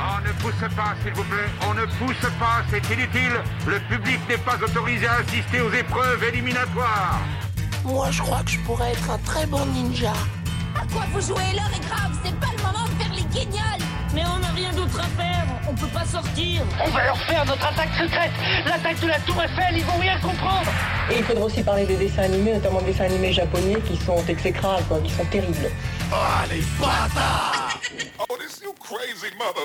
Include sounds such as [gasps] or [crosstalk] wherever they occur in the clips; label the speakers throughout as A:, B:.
A: Oh, pousse pas, s'il vous plaît. On ne pousse pas, c'est inutile. Le public n'est pas autorisé à assister aux épreuves éliminatoires.
B: Moi, je crois que je pourrais être un très bon ninja.
C: À quoi vous jouez L'heure est grave, c'est pas le moment de faire les guignols
D: Mais on n'a rien d'autre à faire, on peut pas sortir
E: On va leur faire notre attaque secrète L'attaque de la Tour Eiffel, ils vont rien comprendre
F: Et il faudra aussi parler des dessins animés, notamment des dessins animés japonais qui sont exécrables, quoi, qui sont terribles.
G: Oh, les bâtards
H: Oh, this you crazy mother...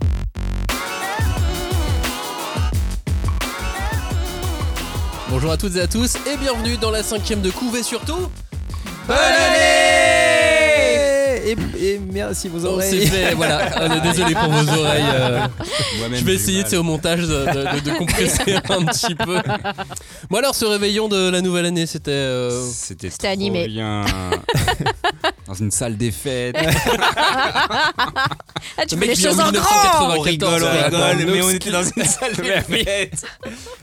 I: Bonjour à toutes et à tous et bienvenue dans la cinquième de couvée surtout.
J: Bonne année et, et merci vos
I: On s'est
J: oreilles.
I: Oh, fait, [laughs] voilà, on est désolé pour vos oreilles. euh,
K: Moi-même,
I: je vais
K: j'ai
I: essayer
K: du
I: tu sais,
K: mal.
I: au montage de, euh, de- de- de [laughs] compresser un petit peu. Bon alors ce réveillon de la nouvelle année c'était... euh,
K: C'était
L: C'était animé.
K: trop
L: [laughs]
K: bien. Dans une salle des fêtes.
L: Ah, tu
I: Le
L: fais
I: mec
L: les
I: vit en
L: choses en grand
I: 1994, euh, dans le Nox.
J: [laughs]
K: salle
I: des
K: fêtes.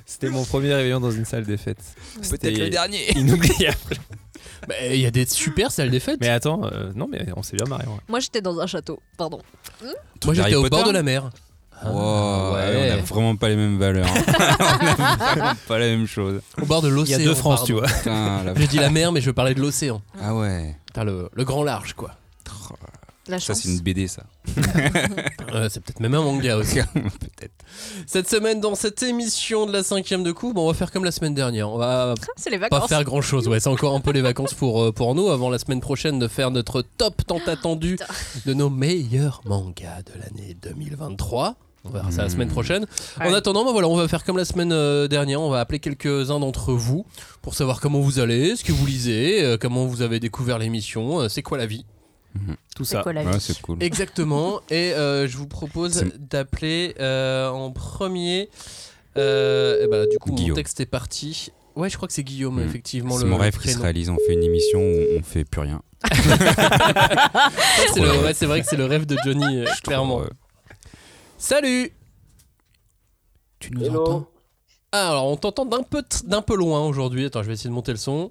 J: C'était mon premier réveillon dans une salle des fêtes.
I: Peut-être le dernier.
J: [laughs] Inoubliable.
I: Bah, Il y a des super salles des fêtes.
J: Mais attends, euh, non mais on s'est bien marré. ouais.
L: Moi j'étais dans un château, pardon. Hmm
I: Moi j'étais
K: Harry
I: au
K: Potter
I: bord de la mer.
K: Wow,
I: ouais.
K: On a vraiment pas les mêmes
I: [laughs]
K: valeurs. on a vraiment pas la même chose.
I: Au bord de l'océan.
J: deux France, tu vois.
K: Putain, la-
I: J'ai dit la mer mais je parlais de l'océan.
K: Ah ouais.
I: T'as le, le grand large quoi.
L: La
K: Ça,
L: chance.
K: c'est une BD,
I: [laughs]
K: ça.
I: Euh, c'est peut-être même un
K: [laughs]
I: manga aussi. Cette semaine, dans cette émission de la cinquième de coup, bon, on va faire comme la semaine dernière. On va
L: Ah, C'est les
I: pas
L: vacances.
I: faire grand chose. Ouais, c'est encore un peu les vacances pour, euh, pour nous avant la semaine prochaine de faire notre top tant attendu
L: Ah, putain.
I: de nos meilleurs mangas de l'année 2023. On verra
J: Mmh.
I: ça la
K: Hmm.
I: semaine prochaine. En
L: Ouais.
I: attendant, bah voilà, on va faire comme la semaine euh, dernière. On va appeler quelques-uns d'entre vous pour savoir comment vous allez, ce que vous lisez, euh, comment vous avez découvert l'émission, euh, c'est quoi la vie.
J: Tout
L: C'est
J: ça.
L: quoi la vie
K: Hmm. Ouais, c'est cool.
I: Exactement. Et euh, je vous propose
K: C'est-
I: d'appeler euh, en premier. Euh, et bah, du coup, mon
K: Guillaume.
I: texte est parti. Ouais, je crois que c'est Guillaume,
K: Mm.
I: effectivement.
K: C'est
I: le,
K: mon
I: le
K: rêve qui se
I: prénom.
K: réalise. On fait une émission où on fait plus
I: [laughs]
K: rien.
I: C'est le- ouais, c'est vrai que c'est le rêve de Johnny, euh, clairement.
K: euh,
I: Salut Tu nous entends ah, alors on t'entend d'un peu, t- d'un peu loin aujourd'hui. Attends, je vais essayer de monter le son.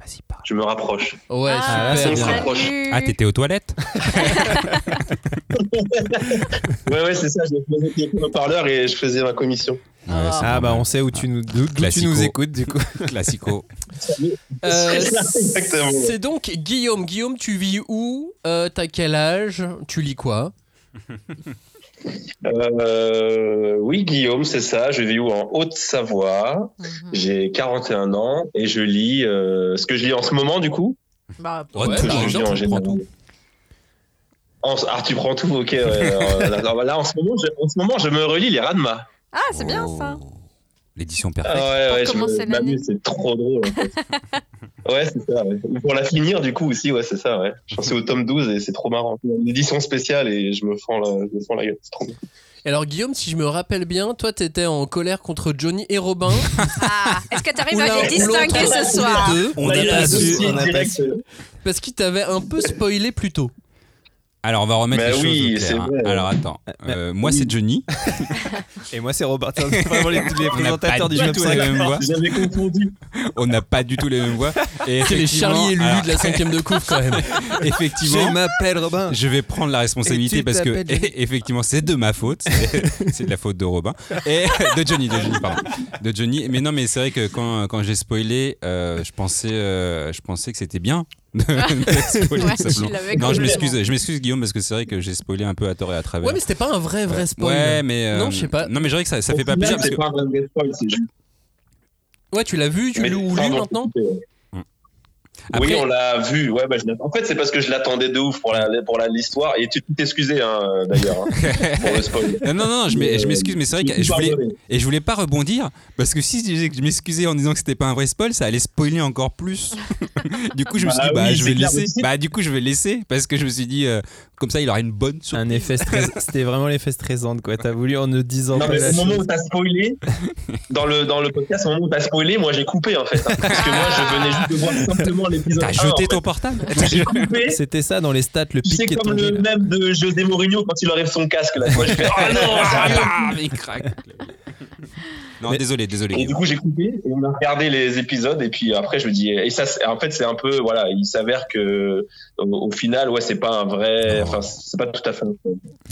K: Vas-y, parle.
M: Je me rapproche.
I: Ouais,
J: Ah, là,
I: super.
J: c'est bien.
L: Salut.
K: Ah, t'étais aux
I: [laughs]
K: toilettes
M: [laughs] Ouais, ouais, c'est ça. Je faisais le haut-parleur et je faisais ma commission.
K: Ouais, c'est
J: Ah bah
K: normal.
J: on sait où tu nous, d'où- d'où tu
K: Classico.
J: nous écoutes du [laughs] coup.
K: Classico.
I: Euh,
M: Exactement.
I: c'est donc Guillaume. Guillaume, tu vis où Euh, T'as quel âge Tu
K: [laughs]
I: lis quoi
M: Euh, oui, Guillaume, c'est ça. Je vis où en Haute-Savoie.
L: Mhm.
M: J'ai 41 ans et je lis euh, ce que je lis en ce moment, du coup.
L: Bah,
I: Ouais,
M: Ce que
I: bah,
M: je
I: en
M: lis
I: genre,
M: en
I: tu prends
M: général. En- ah, tu prends tout, ok. ouais,
I: [laughs]
M: euh, là, là, là, en, ce moment, je, en ce moment, je me relis les Radma.
L: Ah, c'est bien ça.
K: Oh. L'édition
M: Ah,
K: parfaite.
M: ouais,
L: Pour
M: ouais, je
L: commencer
M: m'amuse,
L: l'année.
M: c'est trop drôle. en fait.
L: [laughs]
M: ouais, c'est ça. ouais. Pour la finir, du coup, aussi, ouais, c'est ça. Ouais. J'en suis au tome 12 et c'est trop marrant. Une édition spéciale et je me fends la, je me fends la gueule. C'est trop bien.
I: Et Alors Guillaume, si je me rappelle bien, toi t'étais en colère contre Johnny
K: [laughs]
I: et Robin.
L: Ah, Est-ce que tu arrives
I: Ou l'un
L: à
I: ou
L: les distinguer
I: l'autre,
L: ce soir
I: tous les deux,
K: On
M: Là,
K: a
M: il
K: pas
M: un
K: su,
M: souci
K: on a pas
M: direct.
K: su.
I: parce qu'il t'avait un peu spoilé plus [laughs] tôt.
K: Alors, on va remettre
M: Mais
K: les
M: Bah oui,
K: choses au
M: c'est
K: clair. hein.
M: vrai.
K: Alors, attends. Euh, moi, c'est Johnny.
J: Et moi c'est Robert. C'est vraiment les, les
K: [laughs] On n'a pas
J: présentateurs
K: du
J: du Job
K: tout les
J: 5.
K: mêmes voix.
M: J'avais confondu.
K: On n'a pas du tout les mêmes voix. Et
I: C'est les Charlie et Lulu
K: alors,
I: de la cinquième de coupe
J: [laughs]
I: quand même.
K: [laughs] Effectivement.
J: Je m'appelle Robin.
K: Je vais prendre la
J: Et
K: responsabilité
J: tu
K: parce que
J: t'appelles Johnny.
K: [laughs] effectivement c'est de ma
J: [laughs]
K: faute, c'est c'est de la faute de Robin et [laughs] de Johnny, de Johnny pardon, de Johnny. Mais non mais c'est vrai que quand, quand j'ai spoilé, euh, je pensais euh, je pensais que c'était bien. [laughs]
J: [laughs]
K: de- de spoiler,
L: Ouais,
K: tout simplement.
L: tu l'avais
K: non je
L: complètement.
K: m'excuse, je m'excuse Guillaume parce que c'est vrai que j'ai spoilé un peu à tort et à travers.
I: Ouais, mais c'était pas un vrai vrai spoil.
K: Ouais, mais, euh,
I: Non, je sais pas.
K: Non mais je dirais que ça, ça
M: Au
K: fait pas plaisir
M: final,
K: parce
M: c'est
K: que
M: pas un vrai spoil, c'est juste-
I: Ouais, tu l'as vu, tu
M: Mais-
I: l'as ou lu
M: pardon.
I: maintenant
M: Oui,
K: Mm. Après-
M: on l'a vu. Ouais, bah, je l'ai- en fait, c'est parce que je l'attendais de ouf pour la pour la- l'histoire. Et tu peux t'excuser hein, d'ailleurs hein,
K: [laughs]
M: pour le spoil.
K: non non non, je m'e- je m'excuse mais c'est vrai que je voulais
M: Pardonnez.
K: Et je voulais pas rebondir parce que si je disais que je m'excusais en disant que c'était pas un vrai spoil, ça allait spoiler encore
M: [laughs]
K: plus. du coup, je me suis
M: Bah
K: dit, bah,
M: oui,
K: je
M: c'est
K: vais
M: clair
K: laisser.
M: aussi.
K: Bah, du coup, je vais laisser parce que je me suis dit, euh, comme ça, il aura une bonne surprise.
J: Un
K: [laughs]
J: effet stress- C'était vraiment l'effet stressant quoi. T'as voulu en ne disant
M: Non,
J: pas
M: mais
J: la
M: au moment
J: chose.
M: où t'as spoilé, dans le, dans le podcast, au moment où t'as spoilé, moi j'ai coupé en fait. hein, parce que moi je venais juste de voir simplement l'épisode.
K: T'as
M: 1,
K: jeté
M: en
K: ton portable
M: fait. J'ai coupé.
J: C'était ça dans les stats le
M: Tu
J: pic
M: sais,
J: est
M: comme
J: tombé.
M: le
J: là.
M: même de José
K: [laughs]
M: ah, Mourinho quand il enlève son casque là. Moi je fais Oh non,
K: Ah,
M: sérieux
K: bah, mais craque. Non, désolé, désolé.
M: Et du coup, j'ai coupé et on a regardé les épisodes. Et puis après, je me dis, et ça, c'est- en fait, c'est un peu, voilà, il s'avère que au, au final, ouais, c'est pas un vrai, enfin, c'est pas tout à fait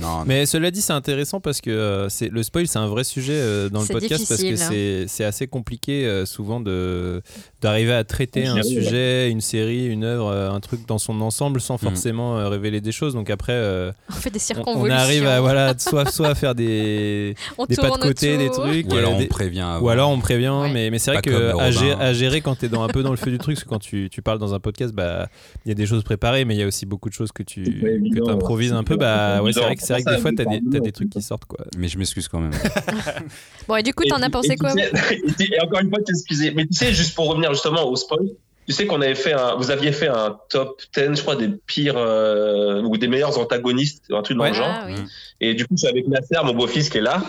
M: un
J: Mais cela dit, c'est intéressant parce que euh, c'est le spoil, c'est un vrai sujet euh, dans le
M: C'est
J: podcast
M: difficile,
J: parce
M: hein.
J: que c'est- c'est assez compliqué euh, souvent de d'arriver à traiter
M: Une
J: un
M: série, ouais.
J: sujet, une série, une œuvre, euh, un truc dans son ensemble
K: Mm.
J: sans forcément euh, révéler des choses. Donc après, euh,
L: [laughs] On fait
J: on- on,
L: des circonvolutions.
J: arrive à voilà,
L: [laughs]
J: soit soit à faire des
L: On
J: des pas de
L: tourne
J: côté, des
L: autour.
J: trucs,
K: Ou alors
J: euh,
K: on
J: des-
K: prévient avant.
J: Ou alors on prévient, mais mais c'est vrai
K: Pas comme le
J: que euh, à
K: Robin.
J: gérer, à gérer quand t'es dans un peu dans le feu du truc, parce que quand tu, tu parles dans un podcast, bah il y a des choses préparées, mais il y a aussi beaucoup de choses que tu que
K: évident,
J: t'improvises
K: ouais.
J: un peu. Bah
K: C'est
J: ouais, c'est
K: évident.
J: vrai que c'est vrai que
K: Ça,
J: des fois
K: ça,
J: t'as des,
K: ça,
J: t'as
K: ça.
J: des trucs qui sortent quoi.
K: Mais je m'excuse quand même.
L: Bon, et du coup, t'en as pensé
M: Et tu
L: quoi
M: sais- [laughs] et tu- et encore une fois, t'excuser. Mais tu sais, juste pour revenir justement au spoil, tu sais qu'on avait fait un, vous aviez fait un top 10, je crois, des pires euh, ou des meilleurs antagonistes, un truc dans
N: Ouais.
M: le genre.
N: Ah, oui.
M: Et du coup, c'est avec Nasser, mon beau-fils, qui est là.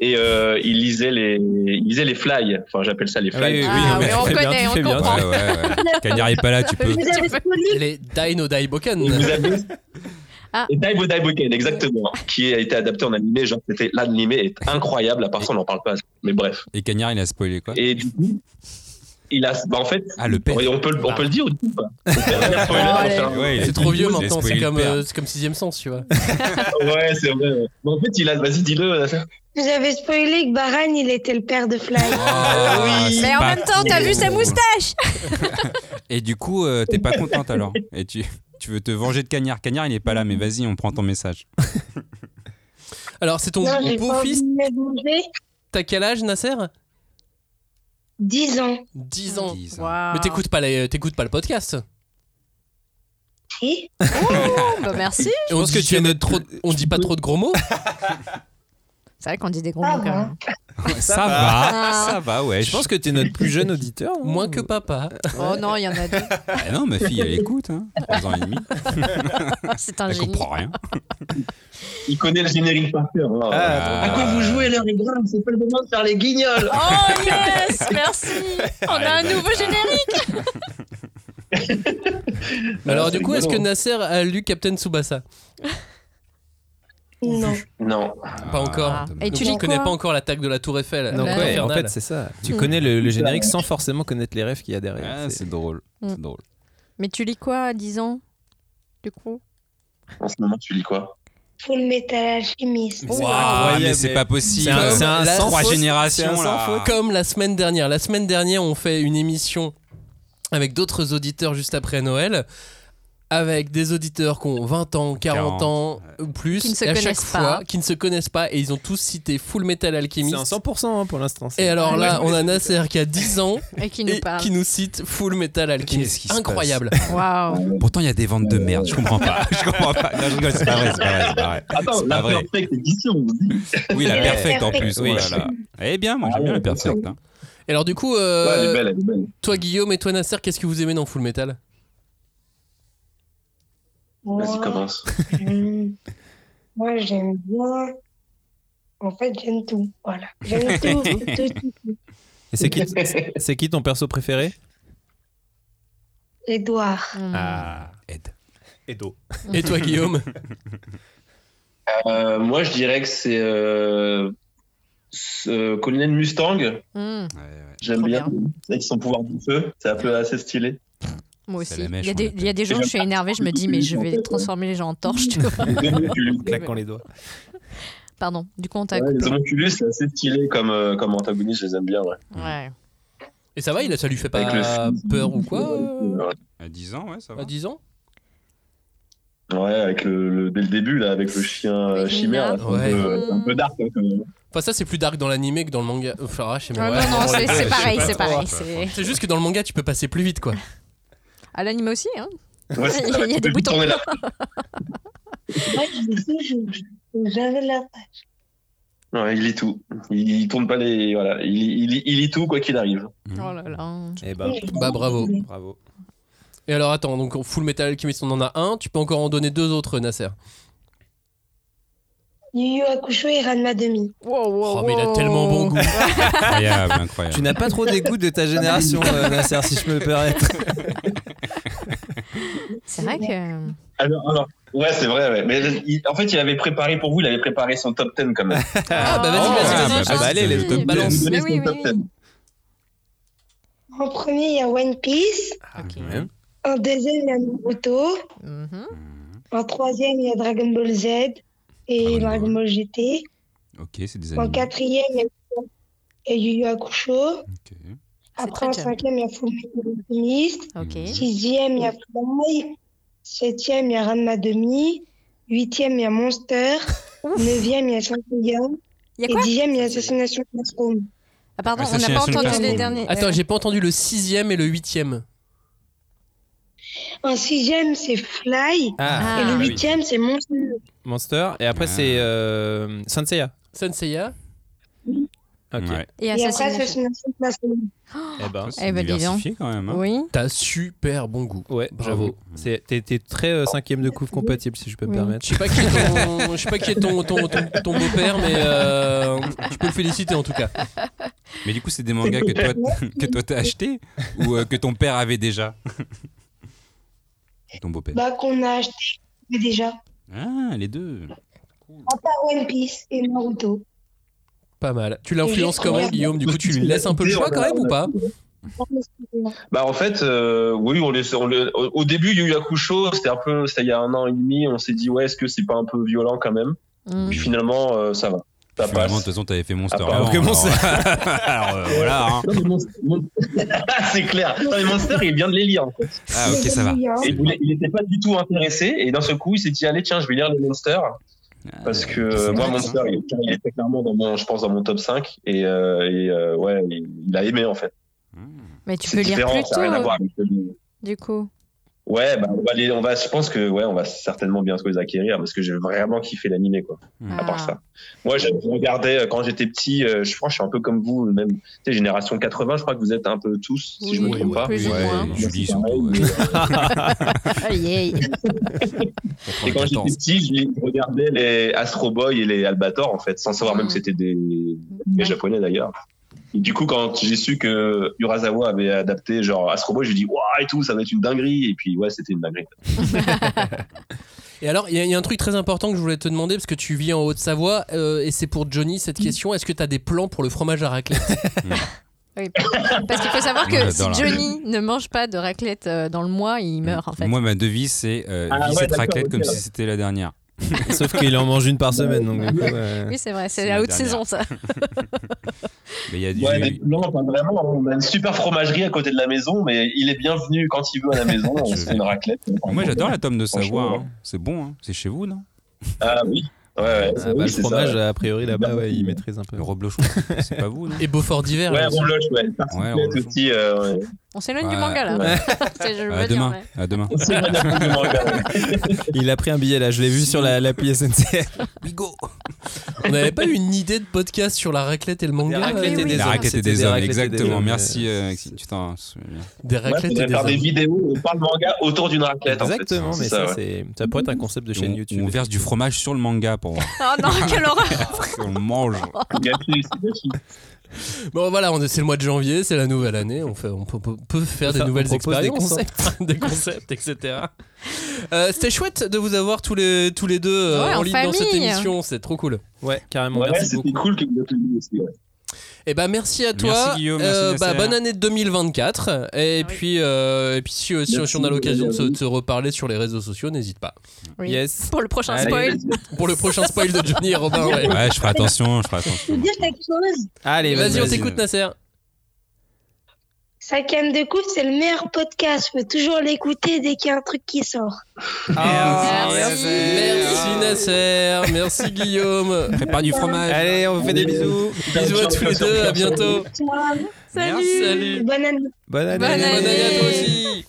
M: Et euh, il lisait les, il lisait les fly. Enfin, j'appelle ça les fly.
I: oui, oui, Ah, oui, mais on tu fais bien, connaît, tu on fais bien. comprend. Ouais, ouais, ouais. Cagnard est pas [laughs] là, tu peux. Vous avez
M: Les Dino Daiboken.
I: Ah.
M: Et Daibo Daiboken, exactement, qui a été adapté en animé. Genre, c'était l'animé est incroyable. À part ça, on n'en parle pas. Mais bref.
K: Et Cagnard, il a spoilé quoi
M: Et du coup, il a, bah, en fait, on peut, le- on peut le dire ou pas hein.
I: c'est trop vieux
M: Spoiler,
I: maintenant, c'est
M: spoiler,
I: comme,
M: père.
I: euh, c'est comme sixième sens,
M: [laughs]
I: tu vois.
M: Ouais, c'est vrai. ouais. Mais en fait, il a, vas-y, dis-le. euh, Nasser.
O: Vous avez spoilé que Baran, il était le père de Fly.
I: Oh,
K: oui.
L: Mais en
K: pas
L: même temps, t'as vu sa
K: cool.
L: moustache
K: Et du coup, euh, t'es pas contente alors Et tu, tu veux te venger de Cagnard Cagnard, il est pas là, mais vas-y, on prend ton message.
I: Alors, c'est ton
O: Non, j'ai pas
I: beau-fils
O: envie de m'avenger.
I: T'as quel âge, Nasser
O: 10 ans.
I: 10 ans. Mais t'écoutes pas, les- t'écoutes pas le podcast.
O: Si.
L: Bah, merci.
I: Et on dit, que tu es notre trop, on dit pas trop de gros mots
L: C'est vrai qu'on dit des gros mots quand même.
I: Ça
K: va, ça va, ouais.
J: Je pense que t'es notre plus jeune auditeur.
I: Moins [laughs] que papa.
L: Oh non, il y en a deux.
K: Ah non, ma fille, elle écoute, hein. 3 ans et demi.
L: [laughs] C'est un
K: Elle
L: génie.
K: comprend rien.
M: Il connaît le générique par cœur.
I: Ah,
M: hein. À quoi vous jouez l'heure est grave, c'est pas le moment de faire les guignols.
L: Oh yes, merci. On
M: Allez,
L: a un
M: bah,
L: nouveau générique.
J: [laughs]
I: Alors,
M: c'est
I: du coup, est-ce que
M: rigolo.
I: Nasser a lu Captain Tsubasa
O: Non.
M: Non.
I: Pas encore.
L: Ah. Et tu
I: Donc,
L: lis
I: on connaît
L: quoi
I: pas encore l'attaque de la Tour Eiffel.
J: Donc
I: l'attaque
J: Ah. ouais, en
I: infernale.
J: fait c'est ça. Tu connais le, le générique sans forcément connaître les rêves qu'il y a derrière.
K: Mm. Ah, c'est drôle.
L: Mm.
K: C'est drôle.
L: Mais tu lis quoi à 10 ans Du coup
M: En ce moment, tu lis quoi
O: Full Metal Alchemist.
K: Waouh, mais c'est pas possible.
I: C'est un- c'est un
K: La-
I: sans
K: trois
I: faute.
K: générations,
I: C'est un
K: là.
I: sans faute. Comme la semaine dernière. La semaine dernière, on fait une émission avec d'autres auditeurs juste après Noël. Avec des auditeurs qui ont 20 ans, 40 ans ou plus,
L: Qui ne se
I: et à chaque
L: connaissent pas.
I: fois, qui ne se connaissent pas, et ils ont tous cité Full Metal Alchemist.
J: C'est un 100% hein, pour l'instant. c'est-
I: Et alors là,
J: Ouais,
I: on a Nasser qui a 10 ans
L: Et qui nous parle.
I: qui nous cite Full Metal Alchemist.
K: qui se
I: Incroyable.
L: Waouh.
K: Pourtant, il y a des ventes de merde, je comprends
M: [laughs]
K: pas. Je comprends pas. Non, je rigole, c'est pas vrai, c'est pas vrai, c'est pas vrai.
M: Attends,
K: C'est
M: la
K: pas vrai.
M: perfecte édition, on dit.
K: Oui, la
M: [laughs] Ouais.
K: perfecte en plus.
M: Oui.
K: Oh là là. Eh bien, moi j'aime
M: Ah
K: bien la perfecte. hein.
I: Et alors du coup, euh,
K: Ouais, elle est belle, elle est belle.
I: toi Guillaume et toi Nasser, qu'est-ce que vous aimez dans Full Metal
M: Vas-y, commence.
O: Hum. Moi, j'aime bien. En fait, j'aime tout. Voilà.
J: [laughs]
O: J'aime tout. tout, tout, tout.
J: Et c'est
O: [laughs]
K: [laughs]
J: qui, c'est qui ton perso préféré
O: Edouard.
I: Mm.
J: Ah, Ed. Edo.
I: Et
J: [laughs]
I: toi Guillaume
M: Euh, moi, je dirais que c'est euh, ce- euh, Colonel Mustang.
L: Mmh.
M: J'aime bien. Avec son pouvoir de feu, c'est un peu assez [laughs] stylé.
L: Moi
M: C'est
L: aussi.
M: la mèche,
L: Il y a
M: on
L: des,
M: l'appelle.
L: il y a des gens, je suis énervée, je me dis, mais je
I: [laughs]
L: vais transformer les gens en torches, tu vois.
J: Claquant les doigts.
L: Pardon, du coup, on t'a
M: Ouais, les
L: coupé.
M: homonculus, c'est assez stylé comme, euh, comme antagoniste, je les aime bien. Ouais.
L: Ouais.
I: Et ça va, il a- ça lui fait
M: Avec
I: pas
M: le-
I: peur ou quoi
M: Ouais.
I: Ah,
K: À 10 ans, ouais, ça va.
I: À 10 ans
M: Ouais, avec le, le- dès le début, là, avec le chien euh, chimère, là, c'est
I: Ouais.
M: un, peu, euh, c'est un peu dark. hein, quand même.
I: Enfin ça c'est plus dark dans l'animé que dans le manga. Enfin, ah, je sais même
L: Ah,
I: pas.
L: non, non,
I: Bon,
L: c'est-
I: les deux,
L: c'est
I: je sais
L: pareil,
I: pas
L: c'est
I: trop.
L: pareil, c'est-
I: C'est juste que dans le manga tu peux passer plus vite quoi.
L: À l'anime aussi, hein
I: Ouais, c'est
L: [laughs] Il y
I: ça,
L: a- il y a
I: tu
L: des
I: peux
L: boutons.
I: tourner
L: [laughs]
I: là.
O: Moi, je lis tout, je- je- J'avais la page.
M: Ouais, il lit tout. Il, il tourne pas les. Voilà, il, il, il lit tout quoi qu'il arrive.
L: Oh là là.
J: Et
I: bah, bravo.
J: Bravo.
I: Et alors attends, donc Full Metal Alchemist on en a un, tu peux encore en donner deux autres Nasser.
O: Yu Yu Hakusho et Ranma Demi.
I: [laughs] Oh mais il a
J: [laughs]
I: tellement bon goût.
K: [laughs] Incroyable, incroyable.
J: Tu n'as pas trop des goûts de
K: [laughs]
J: ta génération, euh, Nasser, si je me permets.
L: C'est vrai que.
M: [laughs] Alors, alors, Ouais, c'est vrai. ouais. Mais il- en fait, il avait préparé pour vous, il avait préparé son top 10 quand même.
I: [laughs]
M: Oh,
I: Ah, bah, vas-y, vas-y, vas-y, vas-y.
M: le top 10.
I: Balance.
M: Donnez son top 10.
O: En premier, il y a One Piece. En deuxième, il y a Naruto.
I: Mm-hmm.
O: En troisième, il y a Dragon Ball Z et Dragon Ball GT.
K: Ok, c'est des
O: En
K: animaux.
O: quatrième, il y a- il y a Yu Yu Hakusho. Après, en cinquième, il y a Full Metal Alchemist.
J: Mmh.
O: Sixième, il y a Fly. Septième, il y a Ranma Demi. Huitième, il y a
L: [laughs]
O: Monster. Neuvième, il y a Shinsegain.
L: Il y a
O: Et
L: quoi
O: dixième, il y a Assassination Classroom.
L: Ah, pardon, on n'a
I: Assassination
L: pas entendu euh,
I: Classroom.
L: les derniers.
I: Attends, j'ai pas entendu le sixième et le huitième.
O: En sixième, c'est Fly. et
J: Ah. Ah,
O: le
J: bah oui.
O: huitième, c'est Monster.
J: Monster. Et
K: Ah.
J: après, c'est euh, Senseiya.
I: Senseiya.
J: Ok.
O: Et, après, Assassination
J: [gasps]
O: Classroom.
J: Eh ben,
L: Eh ben, dis
K: Ah,
L: donc.
K: diversifié quand même, hein.
L: Oui.
I: T'as super bon goût.
J: Ouais,
I: Bravo.
J: bravo. C'est- T'es t'es très euh, cinquième de couve compatible, si je peux me
I: Oui.
J: permettre.
I: Je
J: [laughs]
I: sais pas qui est ton, je sais pas qui est ton, ton, ton, ton beau-père, mais euh, je peux le féliciter en tout cas.
K: [laughs] Mais du coup, c'est des mangas que toi, [laughs] que toi t'as acheté ou euh, que ton père avait déjà Ton beau-père.
O: Bah, qu'on a acheté déjà.
K: Ah, les deux.
O: À part One Piece et Naruto.
I: Pas mal. Bah, Tu l'influences comment, Guillaume Du coup, tu lui laisses un peu le choix quand même ou pas
M: Bah en fait, euh, oui, on les, on les- au au début, Yu Yu Hakusho, c'était un peu, c'était il y a un an et demi, on s'est dit ouais, est-ce que c'est pas un peu violent quand même
L: Mm.
M: Puis finalement, euh, ça va. Ça
K: Finalement, de
M: passe.
K: toute façon, t'avais fait Monster.
M: Apparemment.
K: avant,
M: Alors que Monster- [laughs]
K: alors, [laughs] euh, voilà. hein.
M: Non, mais Mon- Mon- [laughs] c'est clair. Non, mais Monster, il vient de les lire en fait.
K: Ah, ok, ça va.
M: Et il voulait- il n'était pas du tout intéressé, et d'un seul coup, il s'est dit allez, tiens, je vais lire les Monsters.
K: Ah,
M: Parce que euh, moi, Monster, il, il était clairement, dans mon, je pense, dans mon top 5. Et, euh, et, euh, ouais, il, il a aimé en fait.
L: Mais tu peux
M: C'est
L: lire
M: différent,
L: plus
M: ça n'a rien à
L: tôt,
M: voir avec le-
L: du coup.
M: Ouais, bah, on va les- on va, je pense que ouais, on va certainement bientôt les acquérir parce que j'ai vraiment kiffé l'animé quoi.
K: Hmm.
M: À
K: Ah.
M: part ça, moi je regardais euh, quand j'étais petit. euh, je crois, que je suis un peu comme vous, même tu sais, génération 80. Je crois que vous êtes un peu tous, si je me trompe pas.
K: plus ou Ouais, moins. Julie, surtout,
M: euh,
K: [laughs]
L: Aïe, aïe.
M: Et quand j'étais petit, je les- je regardais les Astro Boy et les Albator en fait, sans savoir
K: Ah.
M: même que c'était des, des japonais d'ailleurs. Et du coup, quand j'ai su que Urasawa avait adapté genre Astro Boy, j'ai dit waouh et tout, ça va être une dinguerie. Et puis ouais, c'était une dinguerie.
I: Et alors, il y, a- il y a un truc très important que je voulais te demander parce que tu vis en Haute-Savoie euh, et c'est pour Johnny
L: Mm.
I: cette question. Est-ce que t'as des plans pour le fromage à raclette
L: Oui. Parce qu'il faut savoir
K: Moi,
L: que si
K: j'adore la Mmh.
L: Johnny ne mange pas de raclette euh, dans le mois, il meurt en fait.
K: Moi, ma devise, c'est euh,
L: Ah
K: vis
L: ouais,
K: cette
L: d'accord,
K: raclette
L: ok,
K: comme
L: alors.
K: si c'était la dernière.
J: [laughs] Sauf qu'il en mange une par semaine. Donc, du coup, euh, ouais.
L: Oui, c'est vrai, c'est
K: C'est
L: la
K: la
L: haute
K: dernière.
L: saison ça.
K: Mais il y a du.
M: Ouais, mais non, pas vraiment. On a une super fromagerie à côté de la maison, mais il est bienvenu quand il veut à
K: [laughs]
M: la maison. On se fait une raclette.
K: Moi, j'adore la tome de Savoie.
M: Franchement,
K: hein. C'est bon, hein. c'est chez vous, non
M: Ah oui. Ouais, ouais.
J: Ah, bah,
M: Oui,
J: le
M: c'est
J: fromage,
M: ça, ouais.
J: a priori, là-bas, ouais, il maîtrise un peu. Le
K: reblochon, c'est pas
I: [laughs]
K: vous, non
I: Et Beaufort d'hiver.
M: Ouais,
I: là, aussi.
M: rebloche, ouais. Tartiflette aussi, euh, ouais.
L: On s'éloigne du
J: Ouais.
L: manga [laughs] là.
J: Ouais.
L: C'est- je veux
J: À
L: dire,
J: demain.
L: ouais.
K: À demain.
J: Il a pris un billet là, je l'ai vu sur la- l'appli SNCF.
I: On n'avait pas eu une idée de podcast sur la raclette et le manga.
J: La raclette
I: euh,
J: et des
K: La
J: hommes,
K: raclette et
J: c'était
K: des
J: des
K: hommes,
J: raclettes et des
K: exactement.
J: hommes,
I: [laughs]
K: Merci, euh, Alexis. tu t'en souviens.
I: Des
M: Moi, je voudrais faire des vidéos où on parle manga autour d'une raclette. en fait.
J: Exactement, mais ça, c'est- ça pourrait être un concept de chaîne
K: On-
J: YouTube.
K: On verse du fromage sur le manga pour
J: [laughs]
K: voir.
L: Oh non, quelle horreur
K: on le mange.
I: Bon voilà, on est- c'est le mois de janvier, c'est la nouvelle année, on, fait, on peut, peut- peut faire des
J: ça, on
I: nouvelles
J: propose des
I: expériences, hein. [laughs] des concepts, etc. Euh, C'était chouette de vous avoir tous les, tous les deux euh,
J: Ouais,
I: en,
J: en
I: ligne dans cette
J: famille.
I: émission, c'est trop cool.
J: Ouais, carrément.
M: Ouais,
J: merci
M: c'était
J: beaucoup.
M: cool que vous êtes venus aussi. ouais.
I: Et bah merci à toi.
J: Merci, Guillaume, merci,
I: Euh, bah,
J: Nasser.
I: bonne année 2024. Et
L: Ah
I: puis, euh, et puis si, euh, si-
J: Merci,
I: si on a l'occasion de se,
J: Guillaume.
I: de se reparler sur les réseaux sociaux, n'hésite pas.
L: Oui.
J: Yes.
L: Pour le prochain
I: Allez.
L: spoil.
I: Pour le prochain spoil de Johnny et Robin.
J: [laughs]
I: Ouais,
K: Ouais, je ferai attention, je ferai attention.
O: Je peux dire quelque chose
J: Allez,
I: vas-y,
K: vas-y.
I: on t'écoute, Nasser.
O: Cinquième de coupe, c'est le meilleur podcast. Je peux toujours l'écouter dès qu'il y a un truc qui sort.
I: Ah, merci. Merci, Nasser. Merci, Guillaume.
K: Prépare du fromage.
J: Allez, on vous fait des bisous.
I: Bisous à tous les deux, à bientôt.
O: Ciao.
I: Merci, salut.
O: Bonne année.
J: Bonne année.
I: Bonne année à toi aussi.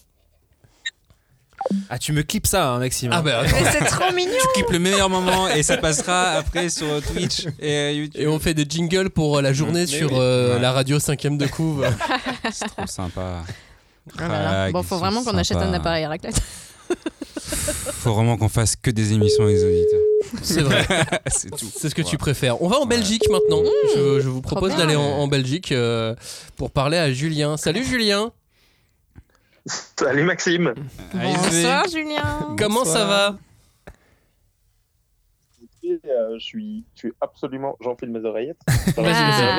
J: Ah, tu me clips ça, hein, Maxime.
I: Ah, bah, attends.
J: [laughs]
I: Mais c'est
L: trop mignon.
K: Tu clips le meilleur moment et ça passera après sur euh, Twitch et euh, YouTube.
I: Et on fait des jingles pour euh, la journée
K: Mais
I: sur
K: oui.
I: euh,
K: Ouais.
I: la radio 5ème de
K: [laughs]
I: couve.
K: C'est trop sympa.
L: Ah là là.
K: Ah,
L: Bon,
K: qu'ils
L: faut
K: sont
L: vraiment qu'on achète
K: sympas.
L: un appareil à raclette.
K: Faut vraiment qu'on fasse que des émissions avec les auditeurs.
I: C'est
L: [laughs]
I: vrai.
K: C'est tout.
I: C'est ce que
K: Ouais. Mm.
I: tu préfères. On va en Belgique maintenant. je, je vous propose
K: bien.
I: d'aller en, en Belgique euh, pour parler à Julien. Salut Julien.
N: Salut Maxime.
K: Bonsoir,
L: Julien.
I: Comment ça va
N: écouter. euh, je suis, je suis absolument. J'enfile mes [laughs] oreillettes.
I: Bah,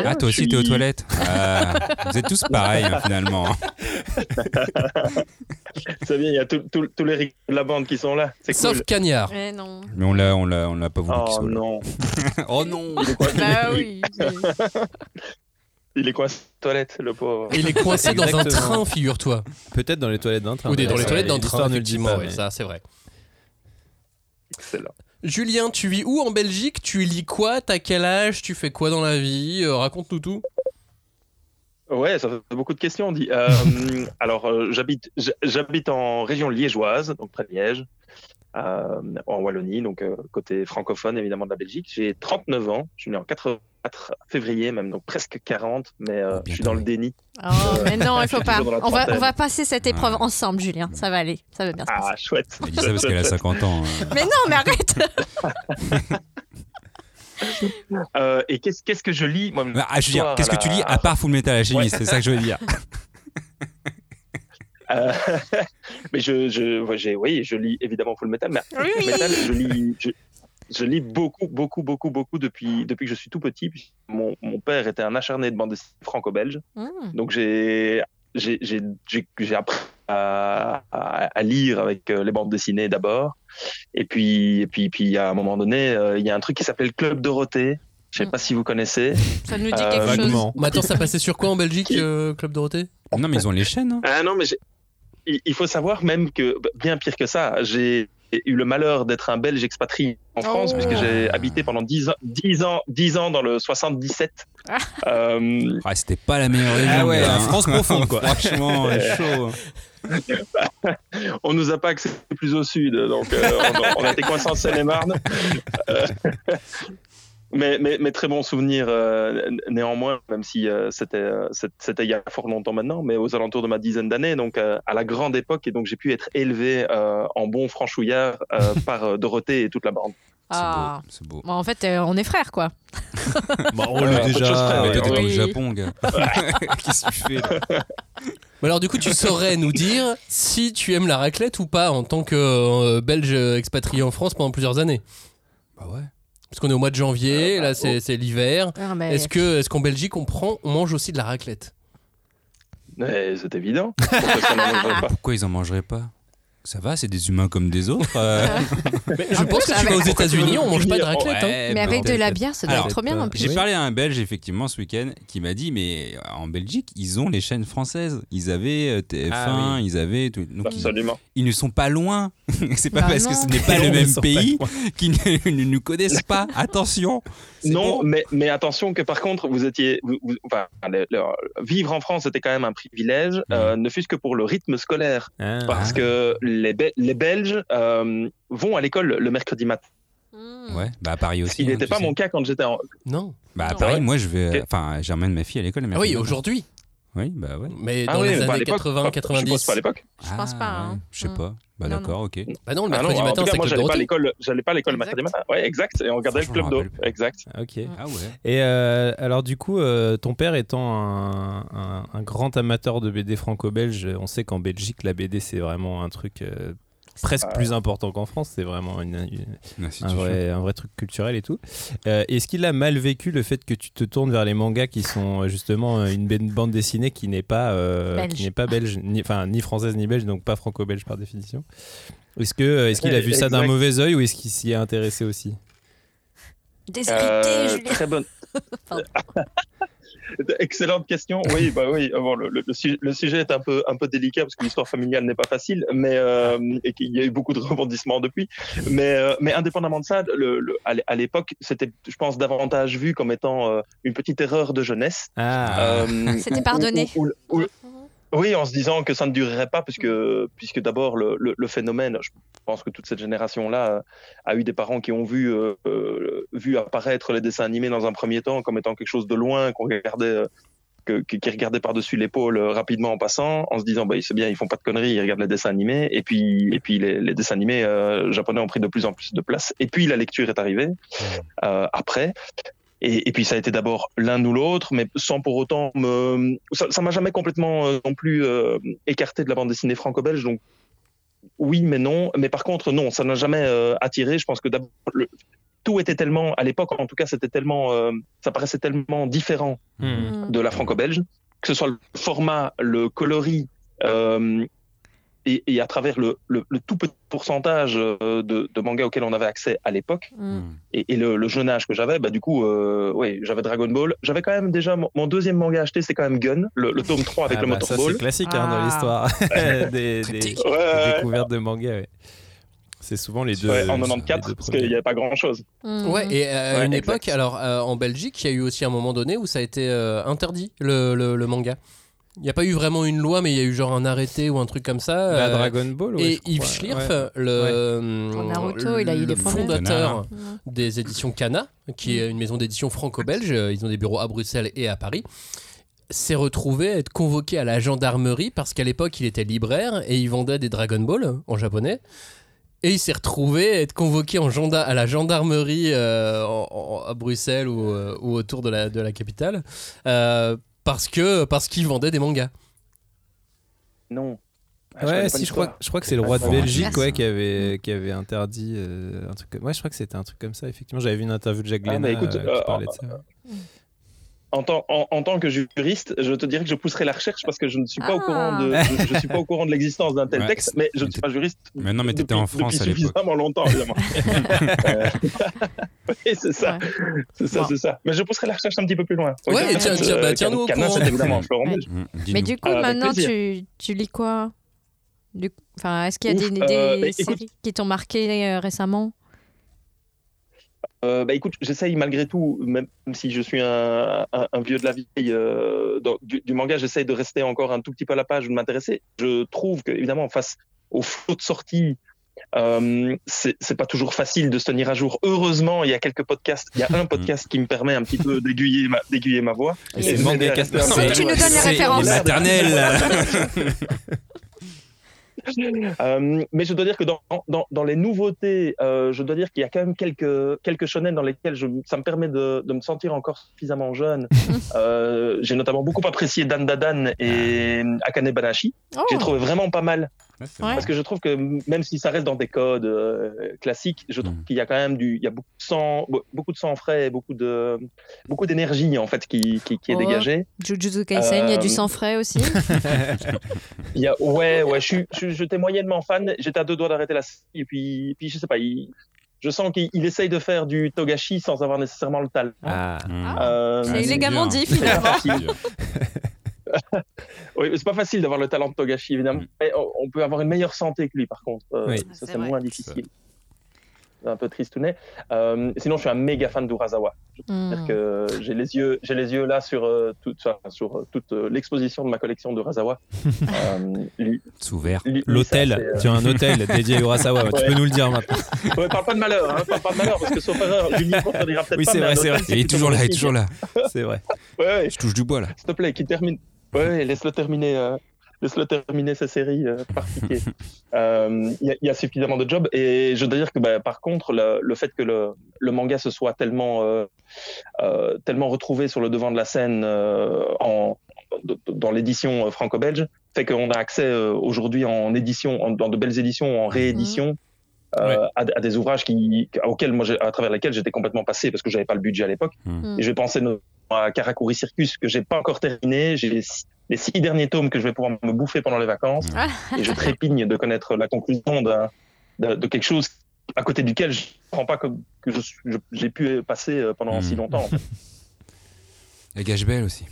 K: Ah, toi aussi, t'es aux
N: [laughs]
K: toilettes. Ah, vous êtes tous pareils, hein, finalement.
N: Ça vient, il y a tout- tout- tous les rics de la bande qui sont là. C'est
I: Sauf
N: cool.
I: Cagnard.
L: Mais non.
K: Mais on l'a, on l'a, on l'a pas voulu qu'il
N: Oh
K: soit là.
N: non.
K: [laughs] oh non.
L: Bah oui.
N: [laughs] Il est coincé aux toilettes, le pauvre.
I: Il est coincé dans un train, figure-toi.
J: Peut-être dans les toilettes d'un train.
I: Ou des- dans les
J: Ça,
I: toilettes d'un
J: l'histoire
I: train,
J: ne le dit
I: effectivement,
J: pas,
I: ouais,
J: mais-
I: ça, c'est vrai. Julien, tu vis où en Belgique Tu lis quoi T'as quel âge Tu fais quoi dans la vie Euh, Raconte-nous tout.
N: Ouais, ça fait beaucoup de questions, on dit. Euh, [laughs] alors, euh, j'habite, j'- j'habite en région liégeoise, donc près de Liège, euh, en Wallonie, donc euh, côté francophone évidemment de la Belgique. J'ai 39 ans, je suis né en 84 février même, donc presque 40, mais euh, je suis dans le déni.
L: Oh, mais non, il faut
N: Je suis
L: pas.
N: toujours dans la
L: On va, on
N: trentaine.
L: va passer cette épreuve ensemble, Julien. Ça va aller. Ça va bien se
N: Ah,
L: passer.
N: chouette.
K: Elle dit ça parce qu'elle a 50 ans. euh.
L: Mais non, mais arrête
N: [laughs] Euh, et qu'est-ce, qu'est-ce que je lis moi,
K: Ah, je veux dire,
N: soir
K: qu'est-ce que tu
N: la-
K: lis à part Full Metal Alchemist
N: Ouais.
K: C'est ça que je veux
N: [laughs]
K: dire.
N: Euh, [laughs] mais je, je, ouais, j'ai- oui, je lis évidemment Full Metal, mais après Full Metal, je lis, je, je lis beaucoup, beaucoup, beaucoup, beaucoup depuis, depuis que je suis tout petit. Puis [laughs] Mon, mon père était un acharné de bande dessinée franco-belge, donc j'ai, j'ai, j'ai, j'ai- j'ai appris à, à- à lire avec euh, les bandes dessinées d'abord, et puis, et puis, puis à un moment donné, euh, il y a un truc qui s'appelle Club Dorothée. Je sais pas si vous connaissez. Euh,
L: Ça
I: nous
N: Hmm.
K: Euh,
N: dit quelque chose.
I: Mais attends, ça passait sur quoi
K: [laughs]
I: en Belgique, euh, Club Dorothée
K: Non, mais ils ont les chaînes. hein.
N: Ah non, mais j'ai- il il faut savoir même que, bah, bien pire que ça, j'ai eu le malheur d'être un Belge expatrié en France, puisque j'ai
K: Ah.
N: habité pendant 10 ans, 10 ans, 10 ans dans le 77. Euh,
K: Ah, c'était pas la meilleure région.
N: Ah ouais,
K: gars,
N: la
K: hein.
N: France profonde, quoi.
K: Franchement, euh, chaud.
N: [laughs] on nous a pas accès plus au sud, donc euh, on, on a été coincé en Seine-et-Marne. Euh, mais, mais, mais très bons souvenirs euh, né- néanmoins, même si euh, c'était euh, c'est- c'était il y a fort longtemps maintenant, mais aux alentours de ma dizaine d'années, donc euh, à la grande époque, et donc j'ai pu être élevé euh, en bon franchouillard
K: [laughs]
N: euh, par euh, Dorothée et toute la bande.
L: Ah. Bon, en fait, euh, on est frères, quoi.
K: Bah, on
N: Euh,
K: l'a déjà, ouais.
L: toi, t'es dans le Oui.
K: Japon,
N: [laughs]
K: gars. [laughs] Qu'est-ce que tu fais là
I: Mais alors, du coup, tu saurais nous dire si tu aimes la raclette ou pas en tant que euh, Belge expatrié en France pendant plusieurs années
K: Bah ouais.
I: Parce qu'on est au mois de janvier,
K: Euh, bah,
I: là c'est
K: oh.
I: c'est l'hiver.
L: Ah, mais-
I: Est-ce que est-ce qu'en Belgique on prend, on mange aussi de la raclette
N: Mais C'est évident.
L: Ah.
K: Pourquoi ils en mangeraient pas Ça va, c'est des humains comme des autres. euh.
L: [laughs]
I: Je pense que tu vas aux États-Unis, on mange pas de raclette. hein.
L: Mais avec de la bière, ça doit être trop bien, en plus.
K: euh, J'ai parlé à un Belge effectivement ce week-end qui m'a dit mais euh, en Belgique ils ont les chaînes françaises, ils avaient euh, TF1,
N: Ah
K: ils avaient tout. Donc, ils-
N: Absolument.
K: Ils, ne sont pas loin. [laughs] c'est pas
N: Bah
K: parce
N: non.
K: que ce
I: [laughs]
K: n'est pas [laughs]
N: Ils
K: le
N: ne
K: même
N: sont pas
K: pays qu'ils ne, ne nous connaissent pas. Attention.
N: Non, mais, mais attention que par contre, vous étiez. vous- vous- enfin, le- le- vivre en France, c'était quand même un privilège, euh, ne fût-ce que pour le rythme scolaire. Parce que les, Be- les Belges euh, vont à l'école le mercredi matin.
L: Hmm.
K: Ouais, bah à Paris aussi.
N: Il
K: hein,
N: n'était
K: tu
N: pas
K: sais.
N: mon cas quand j'étais en.
I: Non.
K: Bah à
N: Non.
K: Paris,
N: Ah Ouais.
K: moi je vais
N: Ok.
K: enfin j'emmène ma fille à l'école le
I: Ah oui,
K: mercredi matin.
I: aujourd'hui.
K: Oui, bah ouais.
I: Mais
N: Ah
I: dans les années 80, 90.
L: Je pense pas. hein.
K: Ah, Je sais pas. Bah
L: Non,
K: d'accord, OK.
I: Bah non, le
N: Ah non,
I: mercredi
N: en
I: matin,
N: tout cas,
I: c'est
N: moi,
I: Club
N: j'allais pas à
I: Dorothée.
N: l'école, j'allais pas à l'école le mercredi matin. Ouais, exact. Et on regardait le
K: Franchement,
N: club
K: je me
N: d'eau. Exact.
J: Ok.
K: Ah ouais.
J: Et euh, alors du coup, euh, ton père étant un, un- un grand amateur de BD franco-belge, on sait qu'en Belgique, la BD c'est vraiment un truc euh, presque
K: Ah.
J: plus important qu'en France. C'est vraiment une- une-
K: Merci,
J: un,
K: tu
J: vrai,
K: fais.
J: un vrai truc culturel et tout. Euh, Est-ce qu'il a mal vécu le fait que tu te tournes vers les mangas qui sont euh, justement euh, une ba- bande dessinée qui n'est pas, euh,
K: Belge.
J: qui n'est pas belge, ni, enfin ni française ni belge, donc pas franco-belge par définition. Est-ce que euh, est-ce qu'il a vu ça d'un
N: Exact.
J: mauvais œil ou est-ce qu'il s'y est intéressé aussi
N: Euh,
L: Julien.
N: Très [laughs]
L: [laughs]
N: bonne. Excellente question. Oui, bah oui. euh, bon, le, le- le su- le sujet est un peu, un peu délicat parce que l'histoire familiale n'est pas facile, mais euh, et qu'il y a eu beaucoup de [laughs] rebondissements depuis. Mais, euh, mais indépendamment de ça, le, le- à l'é- à l'époque, c'était, je pense, davantage vu comme étant euh, une petite erreur de jeunesse. Euh,
J: Ah.
L: [laughs] C'était pardonné.
N: ou- ou- ou- oui, en se disant que ça ne durerait pas, puisque, puisque d'abord, le, le- le phénomène, je pense que toute cette génération-là euh, a eu des parents qui ont vu, euh, euh, vu apparaître les dessins animés dans un premier temps comme étant quelque chose de loin, qu'on regardait, euh, que, que- qui regardait par-dessus l'épaule euh, rapidement en passant, en se disant, bah, c'est bien, ils font pas de conneries, ils regardent les dessins animés. Et puis, et puis les, les dessins animés euh, japonais ont pris de plus en plus de place. Et puis, la lecture est arrivée euh, après. Et, et puis ça a été d'abord l'un ou l'autre, mais sans pour autant me... Ça ça m'a jamais complètement euh, non plus euh, écarté de la bande dessinée franco-belge, donc oui mais non. Mais par contre, non, ça n'a jamais euh, attiré. Je pense que d'abord, le- tout était tellement, à l'époque en tout cas, c'était tellement, euh, ça paraissait tellement différent
J: Hmm.
N: de la franco-belge, que ce soit le format, le coloris, euh, et, et à travers le, le- le tout petit pourcentage euh, de, de mangas auxquels on avait accès à l'époque,
J: Mm.
N: et, et le, le jeune âge que j'avais, bah, du coup, euh, oui, j'avais Dragon Ball. J'avais quand même déjà, mon, mon deuxième manga acheté, c'est quand même Gun, le, le tome 3 avec
J: Ah
N: le
J: bah, ça,
N: Motorball.
J: c'est classique hein,
P: Ah.
J: dans
P: [laughs]
J: l'histoire
N: [laughs]
J: [laughs] des, des- des découvertes de manga. ouais. C'est souvent les deux.
N: Ouais, en
J: les
N: 94,
J: deux
N: parce qu'il n'y avait pas grand chose.
O: Mmh.
L: Hmm.
I: Ouais, et à
J: Ouais,
I: une
J: exact.
I: époque, alors euh, en Belgique, il y a eu aussi un moment donné où ça a été euh, interdit le, le- le manga. Il n'y a pas eu vraiment une loi, mais il y a eu genre un arrêté ou un truc comme ça.
J: Bah,
I: euh,
J: Dragon Ball, ouais,
I: Et
J: je
I: Yves
J: crois,
I: Schlierf,
J: ouais.
I: le,
J: Pour
I: euh,
J: Naruto,
I: le
J: il a eu des problèmes.
I: fondateur
J: Kana.
I: des éditions Kana, qui est une maison d'édition franco-belge, ils ont des bureaux à Bruxelles et à Paris, s'est retrouvé à être convoqué à la gendarmerie parce qu'à l'époque, il était libraire et il vendait des Dragon Ball en japonais. Et il s'est retrouvé à être convoqué en genda- à la gendarmerie euh, en- en- à Bruxelles ou, euh, ou autour de la, de la capitale euh, parce que parce qu'il vendait des mangas.
N: Non. Ah, connais
J: Ouais,
N: pas
J: si, je
N: l'histoire.
J: crois, je crois que c'est le roi de
N: Ah,
J: Belgique
N: ouais. Mm.
J: ouais, qui, avait, qui avait interdit euh, un truc. comme- Ouais, je crois que c'était un truc comme ça, effectivement. J'avais vu une interview de Jack
N: Ah,
J: Lena
N: bah, écoute,
J: euh, qui
N: euh,
J: parlait de ça.
N: En tant, en, en tant que juriste, je te dirais que je pousserai la recherche parce que je ne suis pas au courant de,
I: Ah.
N: je, je suis pas au courant de l'existence d'un tel
K: Ouais,
N: texte, mais je ne suis pas juriste.
K: Mais non, mais t'étais
N: depuis-
K: en France
N: depuis
K: à l'époque.
N: suffisamment longtemps, évidemment. Euh, oui, c'est ça, c'est ça,
L: Bon.
N: c'est ça. Mais je pousserai la recherche un petit peu plus loin.
I: Ouais,
N: Regarde,
I: tiens- tiens-
N: euh,
I: bah, tiens-nous au
N: Canin,
I: courant.
N: c'est évidemment un fleuron
L: Ouais.
N: belge.
L: Mais du
N: Ah,
L: coup,
N: Avec
L: maintenant,
N: plaisir.
L: tu, tu lis quoi Du- Enfin, Est-ce qu'il y a
N: Ouf,
L: des,
N: euh,
L: des
N: bah, écoute-
L: séries qui t'ont marqué euh, récemment
N: Euh, bah écoute, j'essaye malgré tout, même si je suis un, un- un vieux de la vieille euh, dans- du, du manga, j'essaye de rester encore un tout petit peu à la page ou de m'intéresser. Je trouve que, évidemment, face au flot de sorties, euh, c'est c'est pas toujours facile de se tenir à jour. Heureusement, il y a quelques podcasts, il y a un podcast qui me permet un petit peu d'aiguiller ma, d'aiguiller ma voix.
J: Et c'est
N: de
J: le
N: m'aider à
J: Mangacast.
N: rester un peu-
J: C'est- Tu nous donnes les c'est références. les maternelles.
N: [laughs] Euh, mais je dois dire que dans, dans, dans les nouveautés, euh, je dois dire qu'il y a quand même quelques, quelques shonen dans lesquels je, ça me permet de, de me sentir encore suffisamment
L: [laughs]
N: jeune. Euh, J'ai notamment beaucoup apprécié Dan Dadan et Akane Banashi.
L: Ah. Oh.
N: J'ai trouvé vraiment pas mal.
L: vrai.
N: Parce que je trouve que m- même si ça reste dans des codes euh, classiques, je
L: Mm.
N: trouve qu'il y a quand même du, il y a beaucoup de sang, be- beaucoup de sang frais, et beaucoup de, beaucoup d'énergie en fait qui, qui, qui est
L: Oh,
N: dégagée.
L: Jujutsu Kaisen, il y a du
N: Euh,
L: sang
N: [laughs]
L: frais aussi.
N: Il y a, ouais, ouais, je suis, je, suis- j'étais moyennement fan. J'étais à deux doigts d'arrêter la série. Et puis, puis je sais pas, il- je sens qu'il il essaye de faire du Togashi sans avoir nécessairement le talent. Euh,
L: Ah. C'est illégalement dit,
N: c'est pas facile.
L: finalement.
N: oui, c'est pas facile d'avoir le talent de Togashi, évidemment. Mais on- on peut avoir une meilleure santé que lui, par contre. Euh,
J: Oui.
N: ça,
J: C'est
N: c'est
J: vrai.
N: moins difficile. Un peu tristounet. Euh, sinon, je suis un méga fan d'Urasawa.
J: Hmm.
N: C'est-à-dire que j'ai les yeux, j'ai les yeux là sur euh, toute, enfin, sur euh, toute euh, l'exposition de ma collection de Razawa.
J: [laughs]
N: Euh,
K: C'est ouvert.
J: L'hôtel. Tu as un
N: [laughs]
J: hôtel dédié à Urasawa. Tu peux nous le dire maintenant.
N: Ouais, parle pas de malheur, hein, parle pas de malheur parce que sauf erreur, Julien contredira peut-être
J: Oui,
N: pas.
J: c'est
N: mais
J: vrai,
N: un
J: c'est
N: hôtel,
J: vrai.
N: c'est
J: Il est
N: plutôt
J: toujours là, il est
N: bon
J: toujours
N: signe.
J: là. C'est vrai.
N: Ouais, ouais.
K: Je touche du bois là.
N: S'il te plaît, qui termine. Ouais, ouais, laisse-le terminer. euh, Laisse-le terminer sa série euh, par
J: [laughs]
N: ticket. Euh, Il y, a- il y a suffisamment de jobs et je dois dire que bah, par contre le, le fait que le, le manga se soit tellement euh, euh, tellement retrouvé sur le devant de la scène euh, en, d- d- dans l'édition euh, franco-belge fait qu'on a accès euh, aujourd'hui en édition en- dans de belles éditions en réédition euh, à, d- à des ouvrages qui auxquels moi j'ai- à travers lesquels j'étais complètement passé parce que j'avais pas le budget à l'époque
L: Mm.
N: et je vais penser notamment à Karakuri Circus que j'ai pas encore terminé. J'ai les six, les six derniers tomes que je vais pouvoir me bouffer pendant les vacances.
L: Ah.
N: Et je trépigne de connaître la conclusion d'un- d'un- de quelque chose à côté duquel je ne comprends pas que, que je suis- je- j'ai pu passer euh, pendant
K: Hmm.
N: si longtemps. en fait.
K: Et Gage-Belle aussi.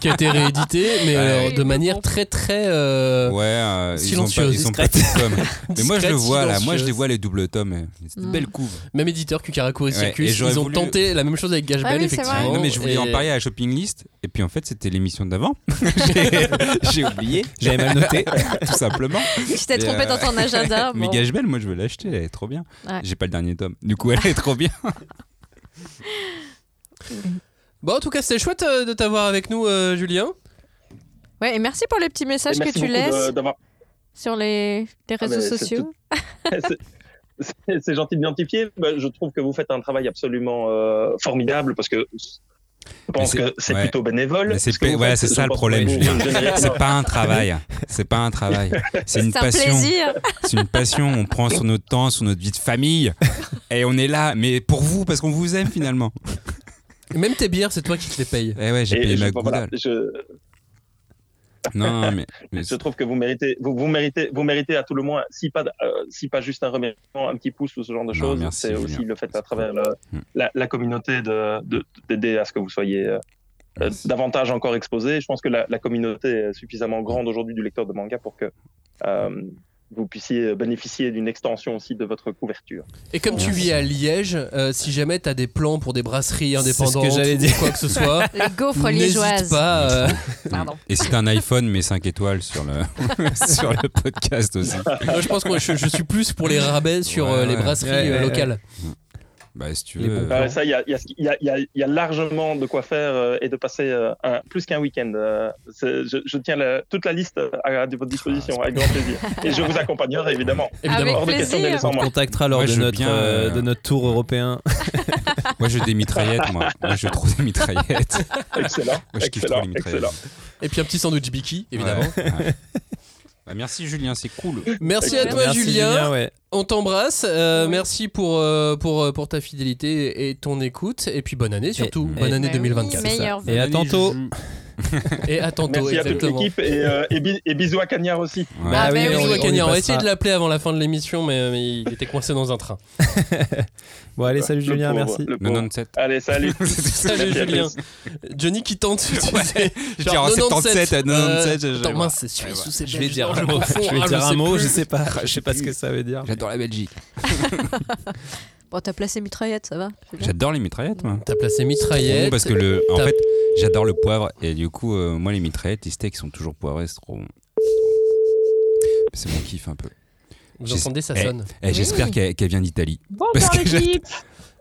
I: qui a été réédité, mais
K: Ouais.
I: alors, de manière très très euh,
K: Ouais, euh, ils ont pas-
I: silencieuse.
K: ils sont pas tous
J: [laughs]
K: comme. Mais moi je le
I: Discrète,
K: vois là, moi je les
I: silencieuse.
K: vois les doubles tomes. C'est une
I: Mm.
K: belle couve.
I: Même éditeur que Karakuri
K: Ouais, et
I: Circus,
K: j'aurais
I: ils ont
K: voulu-
I: tenté la même chose avec Gage
L: Ah
I: Bell,
L: oui, c'est vrai.
I: effectivement.
K: Non mais je voulais
I: et-
K: en parler à la shopping list et puis en fait c'était l'émission d'avant.
J: [laughs]
K: [laughs] J'ai- J'ai oublié.
J: J'avais mal noté.
K: [laughs] Tout simplement.
L: Tu t'es
K: Mais,
L: trompé dans ton agenda,
K: [laughs] Mais
L: bon.
K: Gage-Belle, moi je veux l'acheter, elle est trop bien.
L: Ouais.
K: J'ai pas le dernier tome. Du coup elle est trop bien.
I: Bon, en tout cas, c'était chouette euh, de t'avoir avec nous, euh, Julien.
L: Ouais, et merci pour les petits messages
I: Et
L: que
I: merci
L: tu
I: beaucoup de-
L: laisses
N: Euh, d'avoir- [laughs]
L: sur les, les
N: Ah,
L: réseaux
N: mais c'est
L: sociaux.
N: C'est- c'est- C'est gentil de m'identifier. Ben, je trouve que vous faites un travail absolument euh, formidable parce que je pense
K: Mais
N: que c'est
K: ouais.
N: plutôt bénévole.
K: Mais
N: ce
K: c'est
N: que
K: pa-
N: vous
K: voilà,
N: faites.
K: c'est
N: Je
K: ça le
N: pense que
K: problème,
N: vous- vous
K: Julien.
N: générez
K: C'est
N: énormément-
K: pas un travail. C'est pas un travail. C'est une
L: C'est un
K: passion.
L: plaisir.
K: C'est une passion. On prend sur notre temps, sur notre vie de famille. Et on est là, mais pour vous, parce qu'on vous aime finalement.
I: Et même tes bières, c'est toi qui te les payes.
K: Eh ouais, j'ai
M: Et
K: payé
M: je-
K: ma
M: voilà,
K: goudale.
M: je-
K: Non,
L: [laughs]
K: mais, mais
M: je trouve que vous méritez, vous, vous méritez, vous méritez à tout le moins, si pas, euh, si pas juste un remerciement, un petit pouce ou ce genre de choses.
K: merci,
M: C'est aussi
K: Julien. Mm.
M: le fait à travers la, la- la communauté de- de- d'aider à ce que vous soyez euh, euh, davantage encore exposé. Je pense que la, la communauté est suffisamment grande aujourd'hui du lecteur de manga pour que euh, vous puissiez bénéficier d'une extension aussi de votre couverture.
I: Et comme tu vis à Liège, euh, si jamais t'as des plans pour des brasseries
J: C'est ce que
I: indépendantes
J: j'allais dire.
I: ou quoi que ce soit,
L: [laughs] Les gaufres
I: n'hésite
L: liégeoises.
K: [laughs]
I: pas. euh,
K: Et si t'as un iPhone, mets 5 étoiles sur le, sur le podcast aussi.
I: [laughs] Moi, Euh, je pense que je, je suis plus pour les rabais sur euh,
K: Ouais,
I: les
K: ouais.
I: brasseries
K: Ouais,
I: euh,
K: ouais,
I: locales.
K: ouais. Bah, si tu
I: Les
K: veux.
M: Ah ouais, ça, il y a, il y a- il y a- il y a- il y a largement de quoi faire euh, et de passer euh, un- plus qu'un week-end. euh, c'est- je, je tiens la- toute la liste à, à votre disposition avec grand plaisir. Et je vous accompagnerai évidemment.
J: Évidemment.
M: Hors de question de les laisser en
J: On te
M: moi.
J: contactera lors
K: Moi,
J: de,
K: je veux
J: notre,
K: bien,
J: euh,
K: euh,
J: de notre tour européen.
K: [laughs] Moi, je veux des mitraillettes, moi. Moi, je veux trop des mitraillettes.
M: Excellent.
K: Moi, je kiffe trop les mitraillettes.
I: Et puis un petit sandwich Biki, évidemment.
K: Ouais, ouais. Bah, merci, Julien, c'est cool.
I: Merci à toi,
K: Merci,
I: Julien.
K: Julien, ouais.
I: On t'embrasse. euh, Merci pour, euh, pour, euh, pour ta fidélité et ton écoute. Et puis bonne année surtout.
J: et-
I: bonne année
J: Bah oui,
I: 2024.
J: meilleure
I: Et à
J: vœu.
I: tantôt. [laughs] et à tantôt,
M: Merci à toute
I: exactement.
M: l'équipe et, euh, et, bis- et bisous à Cagnard aussi.
I: Ah oui, on,
J: Bah on y
I: Cagnard. On va
J: passera.
I: essayer de l'appeler avant la fin de l'émission, mais, mais il était coincé dans un train.
J: [laughs] Bon, allez, salut
M: Le
J: Julien,
M: pauvre,
J: merci.
M: le pauvre.
K: 97.
M: Allez,
J: [laughs]
M: salut.
I: [laughs] Salut
M: Merci à
I: Julien.
M: tous.
I: Johnny qui tente. tu sais,
K: Genre
I: genre
J: oh,
K: en 77, à 97.
I: euh,
K: je-
I: attends,
K: je-
I: mince, c'est
K: Ouais,
I: suisse
K: ouais.
I: ou c'est
J: Je vais
I: belge
J: dire
I: Non,
J: un mot,
I: confonds.
J: je vais
I: Ah,
J: dire un
I: sais
J: mot,
I: plus.
J: je sais pas, je sais pas ce que ça veut dire.
K: J'adore la
J: [laughs]
K: Belgique.
L: Bon, t'as placé mitraillette, ça va c'est bien.
K: J'adore les mitraillettes, moi.
I: T'as placé mitraillette.
K: Parce que le, en
I: t'as-
K: fait, j'adore le poivre et du coup, euh, moi, les mitraillettes, les steaks sont toujours poivrés, c'est trop. bon. C'est mon kiff un peu.
I: Vous
K: J'es-
I: entendez, ça
K: Eh,
I: sonne.
K: eh, J'espère
I: Oui.
K: qu'elle qu'elle vient d'Italie. Parce que je-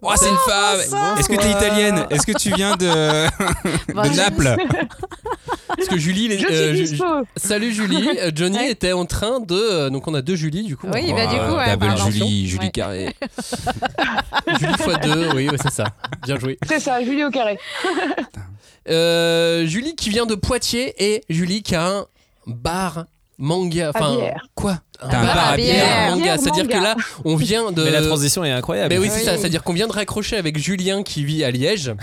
K: Oh, c'est une femme. Est-ce que t'es
I: Bonsoir.
K: italienne Est-ce que tu viens
I: [laughs]
K: de, de [laughs] Naples
I: Parce que Julie, les-
K: Je suis
I: Ju-
K: dispo.
I: salut Julie, Euh, Johnny était en train de, euh, donc on a deux Julie du coup.
L: Oui, bah, du coup, ouais,
K: Double
L: pardon.
K: Ah, Julie, Julie
L: Ouais.
K: Carré.
I: [laughs] Julie fois deux, oui, ouais, c'est ça. Bien joué.
P: C'est ça, Julie au carré. [laughs]
I: Euh, Julie qui vient de Poitiers et Julie qui a un bar manga.
P: À
I: Enfin,
P: bière.
I: quoi Un
J: T'as un bar à bière.
I: manga.
J: Bière
I: C'est-à-dire que
J: manga.
I: là, on vient
J: [laughs]
I: de.
J: Mais la transition est incroyable.
I: Mais oui, c'est ça. C'est-à-dire qu'on vient de raccrocher avec Julien qui vit
J: [laughs]
I: à Liège.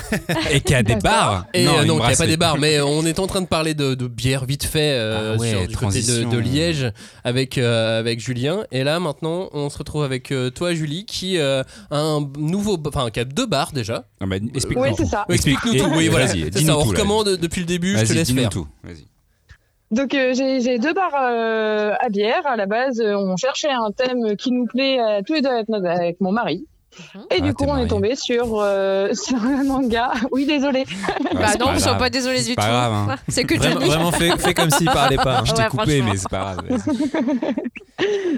K: Et qu'il y a des bars.
I: Et
K: Non,
I: euh,
K: une
I: non, il n'y a pas
K: brasserie.
I: des bars, mais on est en train de parler de, de bière vite fait euh,
K: Ah ouais,
I: sur du côté de,
K: transition.
I: de Liège avec, euh, avec Julien. Et là, maintenant, on se retrouve avec euh, toi, Julie, qui euh, a un nouveau, enfin, qui a deux bars déjà.
K: Non, mais Ah bah, explique-nous
I: Oui,
K: tout. eh,
I: c'est ça. Explique-nous tout. Oui, voilà. C'est ça,
K: dis-nous
I: on
K: tout, là.
I: recommande depuis le début, je te
K: Vas-y,
I: laisse
K: dis-nous
I: faire.
K: tout, vas-y.
P: Donc euh, j'ai j'ai deux bars euh, à bière. À la base, euh, on cherchait un thème qui nous plaît à tous les deux avec, notre- avec mon mari.
K: Mhm.
P: Et
L: Ah,
P: du
L: t'es
P: coup, on
L: marié.
P: est tombé sur, euh, [laughs] sur un manga. Oui, désolé.
L: Bah
K: Ah, c'est
L: non,
K: pas
L: je suis
K: grave.
L: pas désolée
K: C'est
L: du
K: pas
L: tout.
K: grave, hein.
L: C'est que
K: Vraiment-
L: Johnny.
K: vraiment, fais- fais comme s'il parlait pas,
P: [laughs]
K: hein. Je t'ai coupé,
L: franchement.
K: mais c'est pas grave.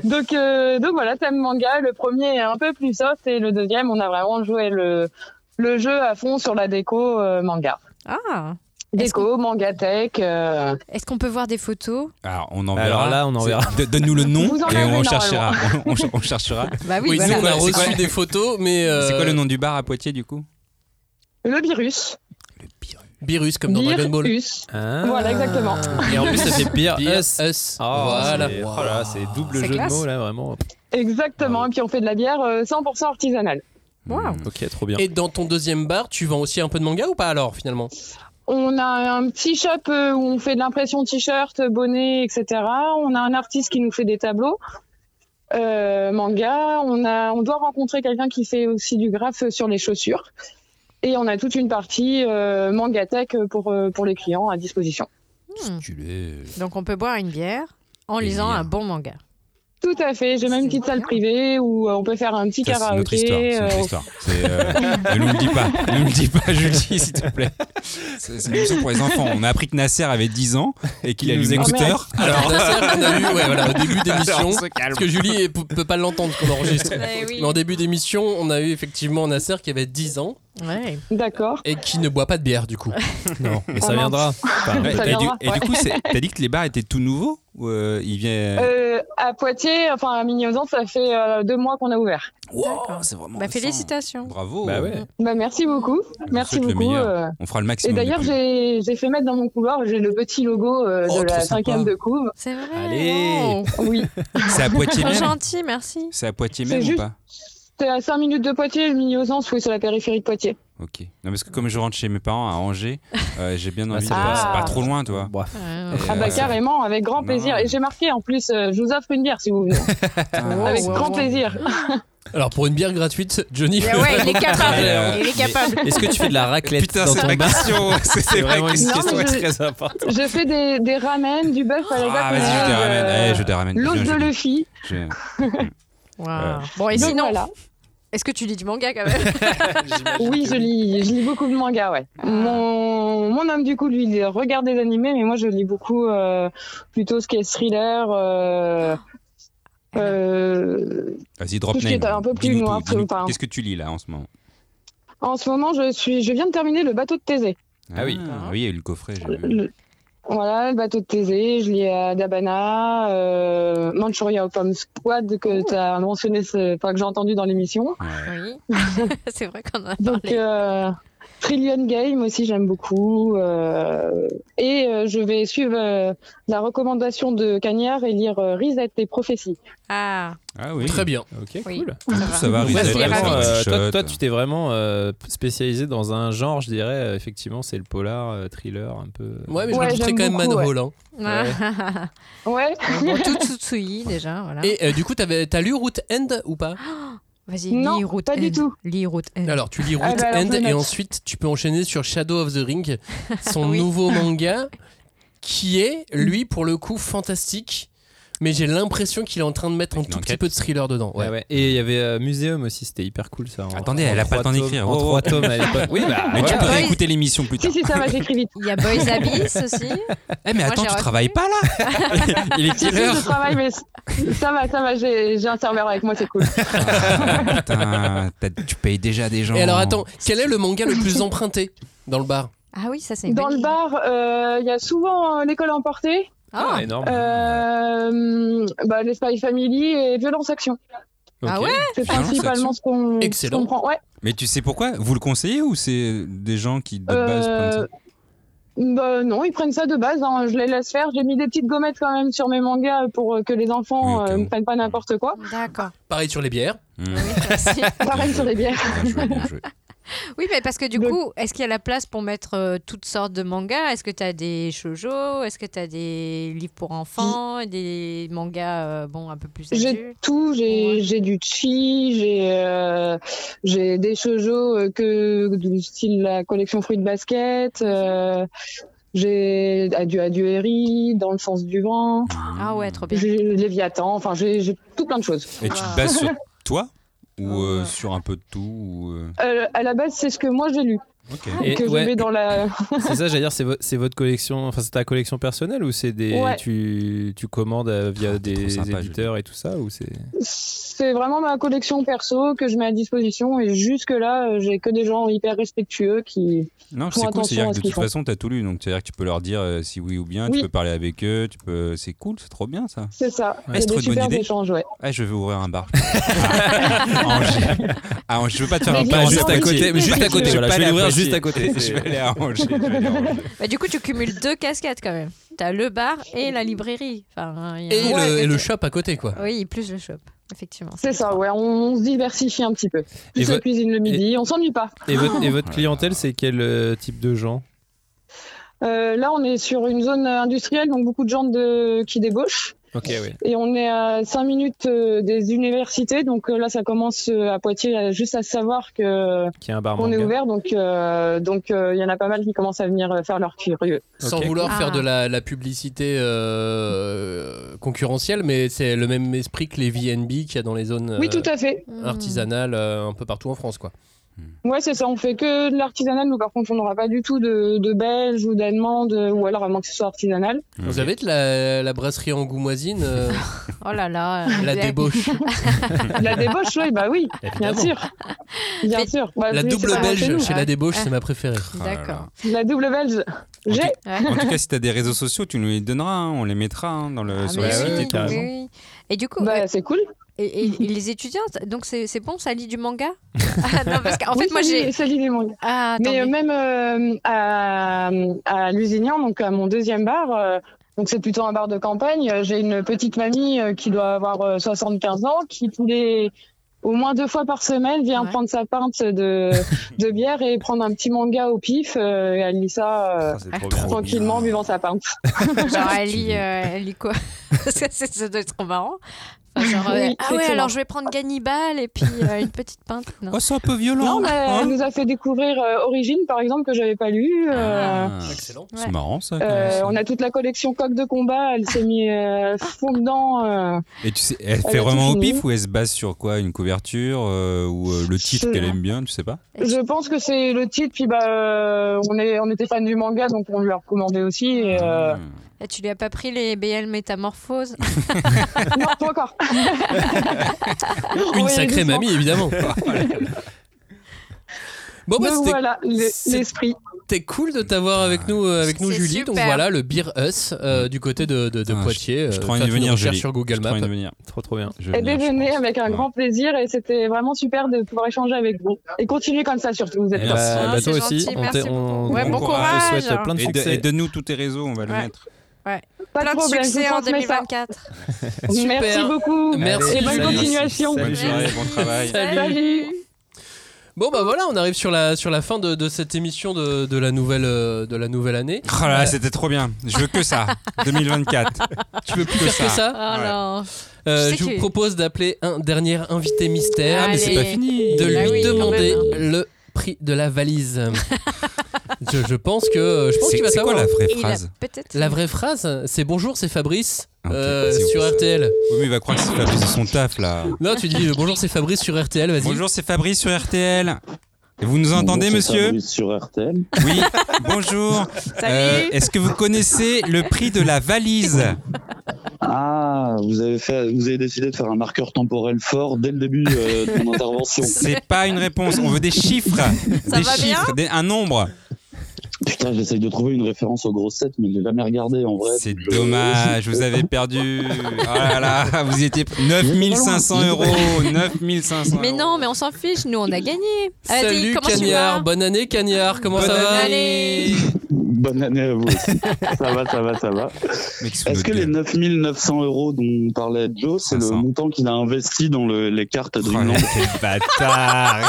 P: donc, euh, donc voilà, thème manga. Le premier est un peu plus soft et le deuxième, on a vraiment joué le, le jeu à fond sur la déco euh, manga.
L: Ah
P: Déco, manga tech. euh,
L: Est-ce qu'on peut voir des photos
K: Alors, on en verra.
J: Alors là, on en
K: C'est-
J: verra.
K: de- Donne-nous le nom
L: Vous en
K: et
L: avez
K: on cherchera.
L: normalement.
K: [laughs] on, ch- on cherchera.
L: Bah
I: oui, Oui, voilà. nous, on
K: C'est
I: a
K: quoi- c'est
I: reçu
K: quoi-
I: des photos, mais. euh,
K: C'est quoi le nom du bar à Poitiers, du coup
P: Le virus.
I: Virus, comme dans
P: Beer
I: Dragon Ball.
P: Us.
J: Ah.
P: Voilà,
K: Ah,
P: exactement.
I: [laughs]
J: Et en plus, ça fait Beer Us. Oh,
I: Ah, Voilà.
J: c'est- Oh là là, c'est double
P: C'est
J: jeu
P: classe.
J: de mots là, vraiment.
P: Exactement. Et puis on fait de la bière euh, 100% artisanale.
J: Ok, trop bien.
I: Et dans ton deuxième bar, tu vends aussi un peu de manga ou pas alors finalement
P: On a un petit shop euh, où on fait de l'impression de t-shirts, bonnets, etc. On a un artiste qui nous fait des tableaux, euh, manga. On, a, on doit rencontrer quelqu'un qui fait aussi du graphe sur les chaussures. Et on a toute une partie euh, manga tech pour, euh, pour les clients à disposition.
L: Donc on peut boire une bière en lisant un bon manga.
P: Tout à fait. J'ai même une petite salle privée où euh, on peut faire un petit
K: Ça, C'est
P: karaoké.
K: notre histoire. C'est notre
P: euh,
K: histoire. C'est, euh, ne nous le dis pas. Ne nous le dis pas, Julie, s'il te plaît. C'est c'est une émission pour les enfants. On a appris que Nasser avait 10 ans et qu'il a
J: nous
K: les
J: écoute.
K: écouteurs.
J: Oh, merde. Alors,
I: Ah, Nasser, on a eu, ouais, voilà, au
K: [laughs]
I: début d'émission,
J: Alors, on se calme.
I: parce que Julie p- peut pas l'entendre qu'on enregistre.
J: Eh oui.
I: Mais en début d'émission, on a eu effectivement Nasser qui avait 10 ans
L: Ouais.
P: D'accord.
I: et qui ne boit pas de bière du coup.
J: [laughs] Non, mais ça
I: Oh, [laughs]
J: viendra.
I: mince.
J: Enfin,
K: Ouais,
J: peut-être.
K: et, du, et du
P: ouais.
K: coup, c'est- t'as dit que les bars étaient tout nouveaux ou euh, ils viennent.
P: euh, à Poitiers, enfin à Mignosan, ça fait euh, deux mois qu'on a ouvert.
K: Wow, c'est vraiment. hein.
L: Bah félicitations. Mm.
K: Bravo. euh
J: Bah ouais.
P: Bah, merci beaucoup. Merci
K: souhaite le
P: beaucoup.
K: meilleur.
P: euh,
K: On fera le maximum
P: Et d'ailleurs,
K: de pubs.
P: j'ai j'ai fait mettre dans mon couloir, j'ai le petit logo euh,
K: Oh,
P: de
K: trop
P: la
K: sympa.
P: cinquième de couve.
L: C'est vrai.
K: Allez.
L: Oh.
P: Oui.
K: [laughs] C'est à Poitiers
L: Trop
K: même.
L: gentil, merci.
K: C'est à Poitiers
P: C'est
K: même ou
P: juste-
K: pas
P: C'était à 5 minutes de Poitiers, le milieu aux Anses, oui, c'est la périphérie de Poitiers.
K: Ok. Non, parce que comme je rentre chez mes parents à Angers, euh, j'ai bien envie de. C'est pas trop loin, toi. Bref. Et,
P: Ah bah
K: euh,
P: carrément, avec grand plaisir. Et j'ai marqué en plus, euh, je vous offre une bière si
K: [laughs]
P: vous voulez. avec grand plaisir.
I: Ah, Alors pour une bière gratuite, Johnny.
P: Mais ouais,
I: [laughs]
P: il est capable,
J: il est capable. Est-ce que tu fais de la raclette
K: Putain,
J: dans
K: c'est
J: ton
K: ma
J: bar
I: [laughs]
K: question. C'est- c'est vrai
J: vraiment
K: que
J: une
K: c'est-
J: question
K: Non, mais je-
J: très importante.
P: Je fais des, des ramen, du bœuf à la
K: Ah, vas-y, je te ramène. Eh, je te ramène.
P: Euh, L'os
K: Viens,
P: de
K: je-
P: Luffy.
K: je-
P: [laughs]
L: Waouh.
K: Ouais.
L: Bon, et
K: Donc,
L: sinon, est-ce que tu lis du manga
K: [laughs]
L: quand même
P: Oui, je lis, je lis beaucoup de mangas, ouais.
L: Ah.
P: Mon, mon homme, du coup, lui, il regarde des animés, mais moi, je lis beaucoup euh, plutôt ce qui est thriller. euh,
L: Ah.
P: euh,
K: Vas-y, drop
P: tout ce qui
K: name.
P: est un peu plus
K: Dis-nous
P: noir,
K: tout, dis-nous
P: enfin,
K: tout. Qu'est-ce que tu lis là en ce moment
P: En ce moment, je, suis, je viens de terminer le bateau de Thésée.
K: Ah oui, ah oui, il y a eu le coffret. j'ai vu.
P: Le- Voilà, le bateau de Thésée, je lis à Dabana, euh, Manchuria Opium Squad que
L: Oh.
P: tu as mentionné, ce- enfin que j'ai entendu dans l'émission.
L: Oui.
K: [laughs]
L: c'est vrai qu'on en a
P: Donc
L: parlé.
P: euh, Trillion Game aussi j'aime beaucoup euh, et euh, je vais suivre euh, la recommandation de Cagnard et lire euh, Reset et prophéties.
L: Ah.
K: Ah oui.
J: Très bien. Ok, cool.
K: ça va. Ça va,
J: Donc, ouais,
K: Rizet,
J: vraiment,
K: Rizet,
J: euh,
K: Rizet,
J: toi,
K: Rizet.
J: toi, tu t'es vraiment euh, spécialisé dans un genre, je dirais. euh, effectivement, c'est le polar, euh, thriller, un peu.
I: Ouais, mais je rajouterais quand même Manhole. hein.
P: [laughs] Ouais.
L: Bon, tout Tsutsui déjà, voilà.
I: Et euh, du coup, t'avais- t'as lu Route End ou pas
L: [gasps] Vas-y,
P: Non,
L: lis Route
P: pas du
L: End.
P: tout.
L: Lis Route End.
I: Alors, tu lis Route
L: Ah bah alors,
I: End
L: je
I: et
L: note.
I: ensuite tu peux enchaîner sur Shadow of the
L: [laughs]
I: Ring, son
L: Oui. [laughs]
I: nouveau manga, qui est, lui, pour le coup, fantastique. Mais j'ai l'impression qu'il est en train de mettre un tout petit peu de thriller dedans. Ouais.
K: Ah
J: Ouais, Ah ouais. Et il y avait euh, Museum aussi, c'était hyper cool ça. en-
K: Attendez,
J: en
K: elle a pas
J: trois
K: le temps
J: tomes-
K: d'écrire.
J: En
K: Oh,
J: trois
K: oh.
J: tomes à l'époque. Oui, bah.
K: [laughs] Mais tu
J: voilà.
K: peux réécouter l'émission plus tard.
P: Si ça va j'écris vite.
L: [gasps] Il y a Boys Abyss aussi.
K: Eh, mais
L: Moi,
K: attends, tu
L: j'ai retenu. [laughs]
K: travailles
P: [laughs]
K: pas là Il est
P: Si,
K: quelle
P: si,
K: heure
P: je travaille mais ça va ça va j'ai j'ai un serveur avec moi c'est cool.
K: Putain, t'as- tu payes déjà des gens. hein.
I: Et alors, attends, quel est le manga le
K: [laughs]
I: plus emprunté dans le bar
L: Ah oui, ça c'est une
P: Dans
L: bonne
P: le bar euh, il y a souvent euh, l'école emportée.
L: Ah,
J: énorme.
P: Euh, bah, les Spy Family et Violence Action.
K: Ah ouais
P: C'est
K: Violence Action.
P: principalement ce qu'on ce
K: Excellent.
P: qu'on prend. Ouais.
K: Mais tu sais pourquoi Vous le conseillez ou c'est des gens qui de base prennent ça
P: Euh, bah non, ils prennent ça de base. hein. Je les laisse faire. J'ai mis des petites gommettes quand même sur mes mangas pour euh, que les enfants euh, ne prennent pas n'importe quoi.
L: D'accord.
I: Pareil sur les bières.
K: Hmm.
L: Ah
I: [laughs]
P: Pareil sur les bières.
K: Ah,
L: Oui, mais parce que du coup, est-ce qu'il y a la place pour mettre euh, toutes sortes de mangas Est-ce que tu as des shoujo Est-ce que tu as des livres pour enfants et Des mangas euh, bon, un peu plus adultes
P: J'ai tout. J'ai j'ai du chi. J'ai euh, j'ai des shoujo euh, que du style la collection fruits de basket. euh, j'ai ah, adieu adieu Eri dans le sens du vent.
L: Ah ouais, trop bien.
P: J'ai Léviathan. Enfin, j'ai j'ai tout plein de choses.
K: Et tu te
P: [laughs]
K: bases sur toi ou euh, sur un peu de tout ou, euh,
P: Euh, à la base, c'est ce que moi j'ai lu.
K: Ok.
L: Ah.
J: Et
P: que
J: ouais.
P: je mets dans la.
J: [laughs] C'est ça, j'allais dire, c'est vo- c'est votre collection, enfin c'est ta collection personnelle ou c'est des,
P: Ouais.
J: tu, tu commandes euh, via des
K: Oh, sympa,
J: éditeurs et tout ça ou c'est.
P: [laughs] C'est vraiment ma collection perso que je mets à disposition et jusque-là, euh, j'ai que des gens hyper respectueux qui
K: Non,
P: font
K: c'est cool,
P: attention
K: c'est-à-dire
P: à
K: que
P: ce
K: de
P: qu'ils
K: toute
P: font.
K: façon, t'as tout lu, donc c'est-à-dire que tu peux leur dire euh, si oui ou bien, tu
P: Oui.
K: peux parler avec eux, tu peux... c'est cool, c'est trop bien ça.
P: C'est ça.
K: Ouais,
P: Il y
K: c'est
P: a
K: trop
P: des
K: une bonne
P: super
K: idée.
P: échanges, ouais.
K: Ah, je vais ouvrir un bar. [laughs] à Angers. À Angers. Je veux pas te faire
J: Mais
K: un
J: bien
K: plan
J: sûr,
K: juste à
J: mais
K: côté,
J: tu-
K: mais juste à côté. vais
J: Voilà, je
K: pas
J: vais
K: aller à
J: l'ouvrir
K: Poitiers.
J: juste à côté.
K: [laughs] Je vais aller à
I: Oh,
K: Angers. je vais aller à Angers.
L: Bah, du coup, tu cumules deux casquettes quand même. Tu as le bar et la librairie. Enfin, hein, il y a-
I: Et,
L: Ouais,
I: le, Euh, et
L: mais-
I: le shop à côté, quoi.
L: Oui, plus le shop, effectivement.
P: C'est ça, ouais. On, on se diversifie un petit peu. Plus
J: Et
P: la
J: vo-
P: cuisine le midi, on s'ennuie pas.
J: Et votre,
P: Ah.
J: et votre clientèle, c'est quel euh, type de gens
P: Euh, là, on est sur une zone euh, industrielle, donc beaucoup de gens de... qui débauchent.
J: Ok, oui.
P: Et on est à 5 minutes euh, des universités, donc euh, là ça commence euh, à Poitiers euh, juste à savoir que
J: Qu'il y a un bar
P: qu'on est
J: manga.
P: ouvert, donc euh, donc euh, il y en a pas mal qui commencent à venir euh, faire leur curieux.
I: Sans vouloir
L: Ah.
I: faire de la, la publicité euh, concurrentielle, mais c'est le même esprit que les VNB qu'il y a dans les zones euh,
P: Oui, tout à fait.
L: Hmm.
I: artisanales euh, un peu partout en France. quoi.
P: Ouais, c'est ça. On fait que de l'artisanal. Nous, par contre, on n'aura pas du tout de, de belge ou d'allemande euh, ou alors avant que ce soit artisanal.
I: Vous avez de la, la brasserie angoumoisine
K: [laughs]
I: euh,
L: Oh là là.
I: La
L: [laughs]
I: débauche.
P: La débauche, oui, bah oui,
I: Évidemment.
P: bien sûr. Bien sûr. Bah,
I: La
P: c'est- c'est
I: double
P: pas
I: belge
P: chez
I: chez,
P: nous.
I: la débauche, c'est ma Ah préférée.
L: Ah.
K: Ah
L: D'accord.
P: La double belge. J'ai.
K: En
L: [laughs]
K: tout cas, si t'as des réseaux sociaux, tu nous les donneras, hein, on les mettra hein, dans le, sur
L: Ah, mais
K: le
L: oui,
K: site et
L: oui,
K: tout.
L: oui, oui. Et du coup.
P: Bah,
L: euh,
P: c'est cool.
L: Et, et- et les étudiants, donc c'est c'est bon, ça lit du manga Ah, Non, parce qu'en
P: Oui,
L: fait, moi
P: ça lit-
L: j'ai. Ah,
P: ça lit des mangas. Mais euh, même euh, à, à Lusignan, donc à mon deuxième bar, euh, donc c'est plutôt un bar de campagne. euh, J'ai une petite mamie euh, qui doit avoir euh, 75 ans, qui tous les au moins deux fois par semaine, vient prendre sa pinte de,
L: [laughs]
P: de bière et prendre un petit manga au pif. euh, et elle lit ça, euh, tranquillement, en buvant sa pinte.
L: [laughs] Genre, elle lit, euh, elle lit quoi [laughs] Parce que c'est- ça doit être trop marrant. Enfin, genre, euh, ah
P: Oui,
L: ouais,
P: exactement.
L: alors je vais prendre Gannibal et puis euh, une petite pinte. Non.
K: Oh, c'est un peu hein.
P: Non, mais elle nous a fait découvrir euh, Origine, par exemple, que j'avais pas lu.
L: Ah.
P: euh,
I: excellent.
K: Ah. C'est marrant ça. quand même,
P: euh,
K: ça.
P: on a toute la collection coq de combat. Elle s'est mis euh, fond dedans. euh,
K: Et tu sais, elle
P: elle
K: fait
P: a
K: vraiment
P: tout
K: au
P: fini.
K: pif ou elle se base sur quoi Une couverture euh, ou euh, le titre
P: Je-
K: qu'elle aime bien, tu sais pas
P: Je pense que c'est le titre. Puis bah, euh, on est, on était fan du manga, donc on lui a recommandé aussi. Et, euh,
L: Et tu lui as pas pris les BL métamorphoses
P: Non, pas encore.
I: Une
P: Ouais,
I: sacrée
P: doucement.
I: mamie,
K: [laughs]
I: évidemment. Bon, bah,
P: Donc
I: c'était-
P: voilà, le-
I: c'est-
P: l'esprit.
I: T'es cool de t'avoir avec nous,
K: Ah,
I: euh, avec nous
P: C'est
I: Julie. Donc
P: super.
I: voilà, le Beer Us euh, du côté de, de- de
K: Mm.
I: Poitiers.
K: Ah, je
I: Euh,
K: te rends
I: faites
K: une venir,
I: recherche
K: Julie.
I: sur
K: Je
I: Google
K: te rends
I: Maps.
K: une venir.
J: Trop trop bien.
K: Je
P: Et
K: viens.
P: déjeuner avec un grand plaisir. Et c'était vraiment super de pouvoir échanger avec vous. Et continuer comme ça surtout. Vous êtes
K: Eh
P: top.
K: bah,
J: Ah, bah, toi c'est aussi, gentil, on merci t'est- on- beaucoup. Ouais, bon courage.
K: te souhaite plein de
J: Et de-
K: succès.
J: et
K: donne-nous tous tes réseaux, on va le
L: Ouais.
K: mettre.
L: Ouais.
P: Pas de
L: Plein de
P: problème, je
L: succès
P: vous
L: en
P: transmets ça.
L: 2024.
P: Merci
L: Super.
P: beaucoup.
I: Merci,
P: et bonne
I: Julie.
P: continuation.
K: Bonne journée, bon travail.
I: Salut. Bon bah voilà, on arrive sur la, sur la fin de, de cette émission de, de la nouvelle, euh, de la nouvelle année.
K: Oh là
I: Euh,
K: là, c'était trop bien. Je veux que
I: [laughs]
K: ça. 2024.
I: Tu veux plus faire que ça
L: Oh
K: Ouais.
L: non.
I: Euh,
L: Je sais
I: je vous
L: que-
I: propose d'appeler un dernier invité mystère.
L: Ah, mais c'est Allez. pas fini.
I: De lui
L: Ah oui, quand
I: demander
L: même.
I: le prix de la
L: [laughs]
I: valise. je, je pense que euh, je pense
K: C'est-
I: qu'il va
K: c'est quoi
I: savoir.
K: la vraie Il a phrase peut-être-
I: La vraie phrase, c'est bonjour, c'est Fabrice euh,
K: c'est
I: sur
K: ouf, ça.
I: RTL.
K: Oui, mais il va croire que c'est Fabrice, c'est son taf là.
I: Non, tu dis euh, bonjour, c'est Fabrice sur RTL. Vas-y.
K: Bonjour, c'est Fabrice sur
I: [laughs]
K: RTL. Et vous nous entendez,
Q: Bonjour, c'est
K: monsieur
Q: Fabrice sur RTL.
K: Oui, bonjour.
Q: Salut.
K: Est-ce que vous connaissez le prix de la valise
Q: Ah, vous avez, fait, vous avez décidé de faire un marqueur temporel fort dès le début euh, de
K: [laughs]
Q: mon intervention.
K: C'est pas une réponse. On veut des chiffres.
Q: Ça
K: des
Q: va bien
K: chiffres, des- un nombre.
Q: Putain, j'essaye de trouver une référence aux grosses têtes, mais je l'ai jamais regardé en vrai.
K: C'est Dommage, vous avez perdu. Oh là là, vous y étiez 9500 euros. 9500
L: Mais non, mais on s'en fiche, nous on a gagné. Ah, Vas-y,
I: Salut
L: comment tu vas
I: Cagnard, bonne année Cagnard, comment
L: Bonne
I: ça va
L: Allez.
Q: Bonne année à vous [laughs] aussi. ça va, ça va, ça va. Est-ce que les 9900 euros dont parlait Joe, c'est le montant qu'il a investi dans le- les cartes Dreamland
K: Oh,
Q: [laughs] Oh,
K: Bâtard, quel
J: Ah,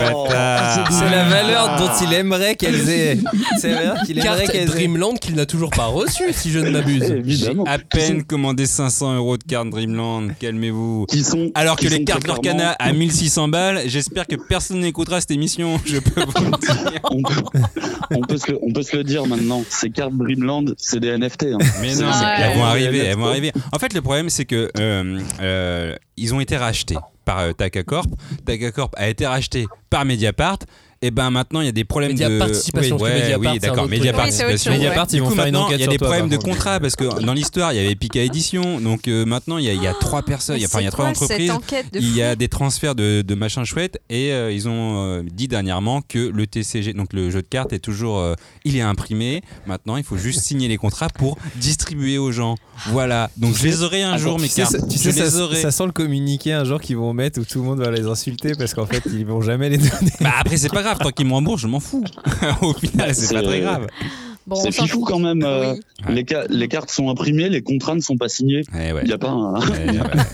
K: bâtard.
Q: C'est Ah. la valeur dont
I: il aimerait qu'elles aient.
K: C'est la valeur qu'il aimerait qu'elles aient.
I: Dreamland qu'il n'a toujours pas reçu, si je ne m'abuse.
K: J'ai à peine commandé 500 euros de cartes Dreamland, calmez-vous. Alors que
Q: qui
K: les
Q: sont
K: cartes
Q: très
K: Lorcana
Q: clairement-
K: à 1600 balles, j'espère que personne n'écoutera cette émission, je peux vous le dire.
Q: on, peut, on peut se le, on peut se le dire maintenant. Ces cartes Dreamland, c'est des NFT. hein.
K: [laughs] Mais
Q: C'est-
K: non,
Q: c'est
K: elles vont
J: Ah,
Q: clairement des
K: arriver,
Q: NFT.
K: elles vont arriver. En fait, le problème, c'est que euh, euh, ils ont été rachetés par euh, Taka Corp. Taka Corp a été racheté par Mediapart. Et ben maintenant, il y a des problèmes
I: Media
K: de
I: participation,
K: Oui,
I: parce que
K: ouais,
I: Mediapart,
K: oui,
I: c'est un
K: d'accord.
I: autre truc.
K: Media
I: Oui, c'est autre
K: participation.
I: chose, Mediapart,
J: ouais. ils vont
K: Du coup,
J: faire une
K: maintenant,
J: enquête
K: Il y a
J: sur
K: des
J: toi,
K: problèmes
J: par
K: de
J: contre.
K: contrat parce que dans l'histoire, il y avait Pika Edition. Donc euh, maintenant, il y a, il y a trois personnes, il y a- enfin, il y a
L: Ah, c'est
K: trois
L: quoi
K: entreprises.
L: cette enquête de
K: Il y a des transferts de, de machins chouettes et euh, ils ont euh, dit dernièrement que le TCG, donc le jeu de cartes, est toujours, euh, il est imprimé. Maintenant, il faut juste signer les contrats pour distribuer aux gens. Voilà. Donc je les aurai un jour, mes
J: tu sais,
K: cartes.
J: ça- tu
K: je
J: sais, ça,
K: les aurai.
J: ça sent le communiqué un jour qu'ils vont mettre où tout le monde va les insulter parce qu'en fait ils vont jamais les [laughs] donner.
K: Bah après c'est pas grave, tant qu'ils me remboursent, je m'en fous. Au final, c'est
Q: C'est-
K: pas très grave.
L: Bon,
Q: c'est
L: on s'en
Q: fifou quand même. euh, les, ca- les cartes sont imprimées, les contrats ne sont pas signés.
K: Il
Q: n'y a pas un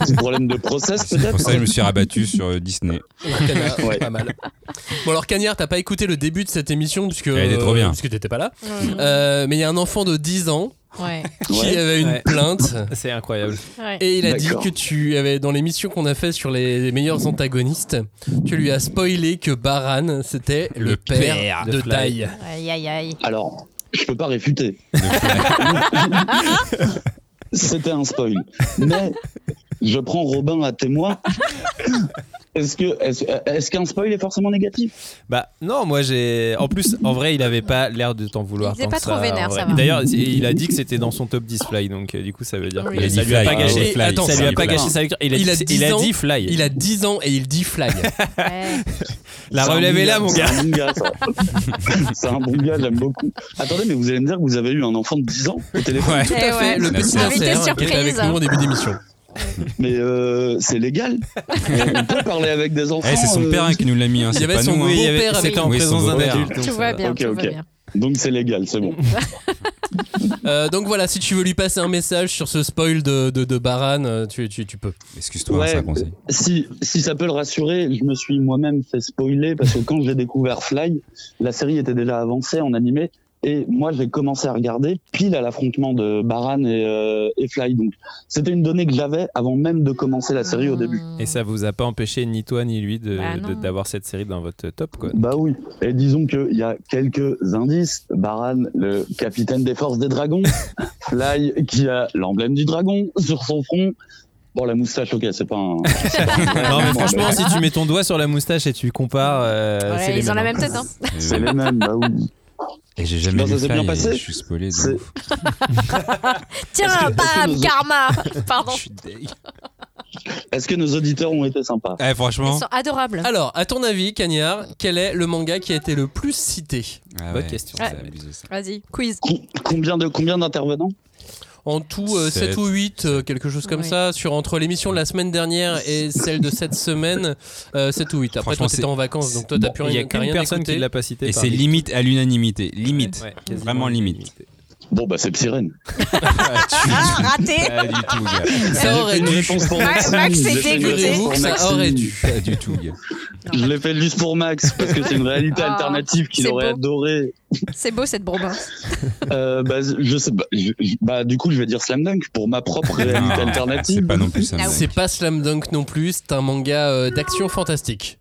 Q: petit [laughs] problème de process peut-être.
K: Eh Pour ça, je me suis rabattu sur euh, Disney.
J: [laughs]
I: Lorcana,
K: Ouais.
I: pas mal. Bon alors Cagnard, t'as pas écouté le début de cette émission puisque
K: Elle était trop bien.
I: puisque t'étais pas là.
L: Ouais.
I: Euh, mais il y a un enfant de 10 ans
L: Ouais.
I: qui avait une
J: Ouais.
I: plainte.
J: [laughs] C'est incroyable.
L: Ouais.
I: Et il a dit
J: D'accord.
I: que tu avais dans l'émission qu'on a fait sur les, les meilleurs antagonistes, tu lui as spoilé que Baran c'était le, père, de Dai.
L: Aïe aïe aïe.
Q: Alors, je peux pas réfuter. C'était un spoil. Mais je prends Robin à témoin. Est-ce que est-ce est-ce qu'un spoil est forcément négatif
J: Bah non, moi j'ai. En plus, en vrai, il avait pas l'air de t'en vouloir.
L: Il était
J: tant
L: pas
J: que
L: trop
J: en
L: vénère,
J: vrai.
L: ça va.
J: D'ailleurs, c'est- il a dit que c'était dans son top 10 fly, donc euh, du coup, ça veut dire
I: Oui.
J: que
I: Il
J: ça
I: a dit
J: lui a
I: fly,
J: pas
I: ah
J: gâché.
I: ouais. Et attends,
J: ça lui
I: ça
J: a
I: lui
J: pas
I: fly.
J: gâché sa lecture. Il a,
I: Il a
J: dit,
I: 10
J: il a
I: ans,
J: dit fly.
I: Il a 10 ans et il dit fly.
J: La
Q: C'est un
J: relève
Q: bon
J: est là,
Q: gars,
J: mon gars.
Q: C'est un bon gars,
I: [laughs]
Q: ça. C'est un bon gars, j'aime beaucoup. Attendez, mais vous allez me dire que vous avez eu un enfant de 10 ans au téléphone
I: Tout à fait, le petit
K: hein,
I: insert qui était avec nous en début d'émission.
Q: Mais euh, c'est légal. On peut parler avec des enfants.
K: Eh, c'est son
Q: euh,
K: père hein, qui nous l'a mis. hein, c'est pas nous, hein.
J: beau-père avec-
K: Oui, son beau-père.
L: Tout va bien,
Q: Ok,
L: tout va
Q: ok.
L: bien.
Q: Donc c'est légal, c'est bon.
I: Euh, donc voilà, si tu veux lui passer un message sur ce spoil de, de, de Baran, euh, tu, tu, tu peux.
K: Excuse-toi, hein,
Q: Ouais,
K: c'est un conseil.
Q: Si, si ça peut le rassurer, je me suis moi-même fait spoiler parce que quand j'ai découvert Fly, la série était déjà avancée en animé et moi j'ai commencé à regarder pile à l'affrontement de Baran et, euh, et Fly. Donc c'était une donnée que j'avais avant même de commencer la série au début.
J: Et ça vous a pas empêché ni toi ni lui de-
Q: Bah non.
J: de- d'avoir cette série dans votre top quoi.
Q: Bah oui. Et disons qu'il y a quelques indices. Baran, le capitaine des forces
J: [laughs]
Q: des dragons. Fly, qui a l'emblème du dragon sur son front. Bon, la moustache, ok, c'est pas un.
J: [laughs]
Q: c'est pas
L: [laughs]
Q: un-
J: Non mais
Q: Bon,
J: franchement,
Q: bah,
J: si tu mets ton doigt sur la moustache et tu compares, euh,
L: Ouais,
J: c'est les
L: ils ont la
J: mêmes,
L: même
J: hein.
L: tête, hein.
Q: [laughs] C'est les mêmes,
J: [laughs]
Q: bah oui.
K: Et j'ai jamais
Q: Non, ça
K: vu
Q: s'est
K: Fly
Q: bien
K: et
Q: passé.
K: Je suis spoilé. de
Q: C'est-
K: ouf.
L: Tiens, bam,
Q: nos-
L: karma [laughs] Pardon.
Q: Est-ce que nos auditeurs ont été sympas
K: Eh, franchement.
L: Ils sont adorables.
I: Alors, à ton avis, Cagnard, quel est le manga qui a été le plus cité
K: Ah ouais.
L: Ouais. Vas-y, quiz.
Q: Combien de combien d'intervenants
I: En tout, euh,
K: Sept.
I: 7 ou 8, euh, quelque chose comme
K: Oui.
I: ça, sur entre l'émission de la semaine dernière et celle de cette semaine, euh, 7 ou 8. Après, toi,
K: Franchement,
I: t'étais
K: c'est-
I: en vacances, donc toi, t'as
K: Bon,
I: plus
K: il y
I: rien
K: a
I: t'as
K: qu'une
I: rien
K: personne qui
I: écouté.
K: l'a pas cité Et parmi- c'est limite à l'unanimité. Limite.
J: Ouais, quasiment
K: Vraiment limite.
Q: Bon, bah c'est Psyrène.
L: Ah,
K: [laughs]
L: raté
K: Pas du tout, gars.
I: [laughs] Ça aurait
Q: Une
I: dû.
Q: réponse pour
I: Ouais,
Q: Maxime.
I: Max est
Q: J'ai fait une
I: dégoûté.
Q: réponse pour
I: Ça
Q: Maxime.
I: aurait dû.
K: Pas du tout, gars.
Q: Je l'ai fait juste pour Max parce que c'est une réalité
L: Ah,
Q: alternative qu'il
L: c'est
Q: aurait
L: beau.
Q: adoré.
L: C'est beau cette hein.
Q: [laughs]
L: bromance.
Q: Euh, bah, je sais, bah, je- je- bah, du coup, je vais dire Slam Dunk pour ma propre réalité alternative.
K: C'est pas non plus ça.
L: Ah
I: C'est pas Slam Dunk non plus, c'est un manga euh, d'action fantastique.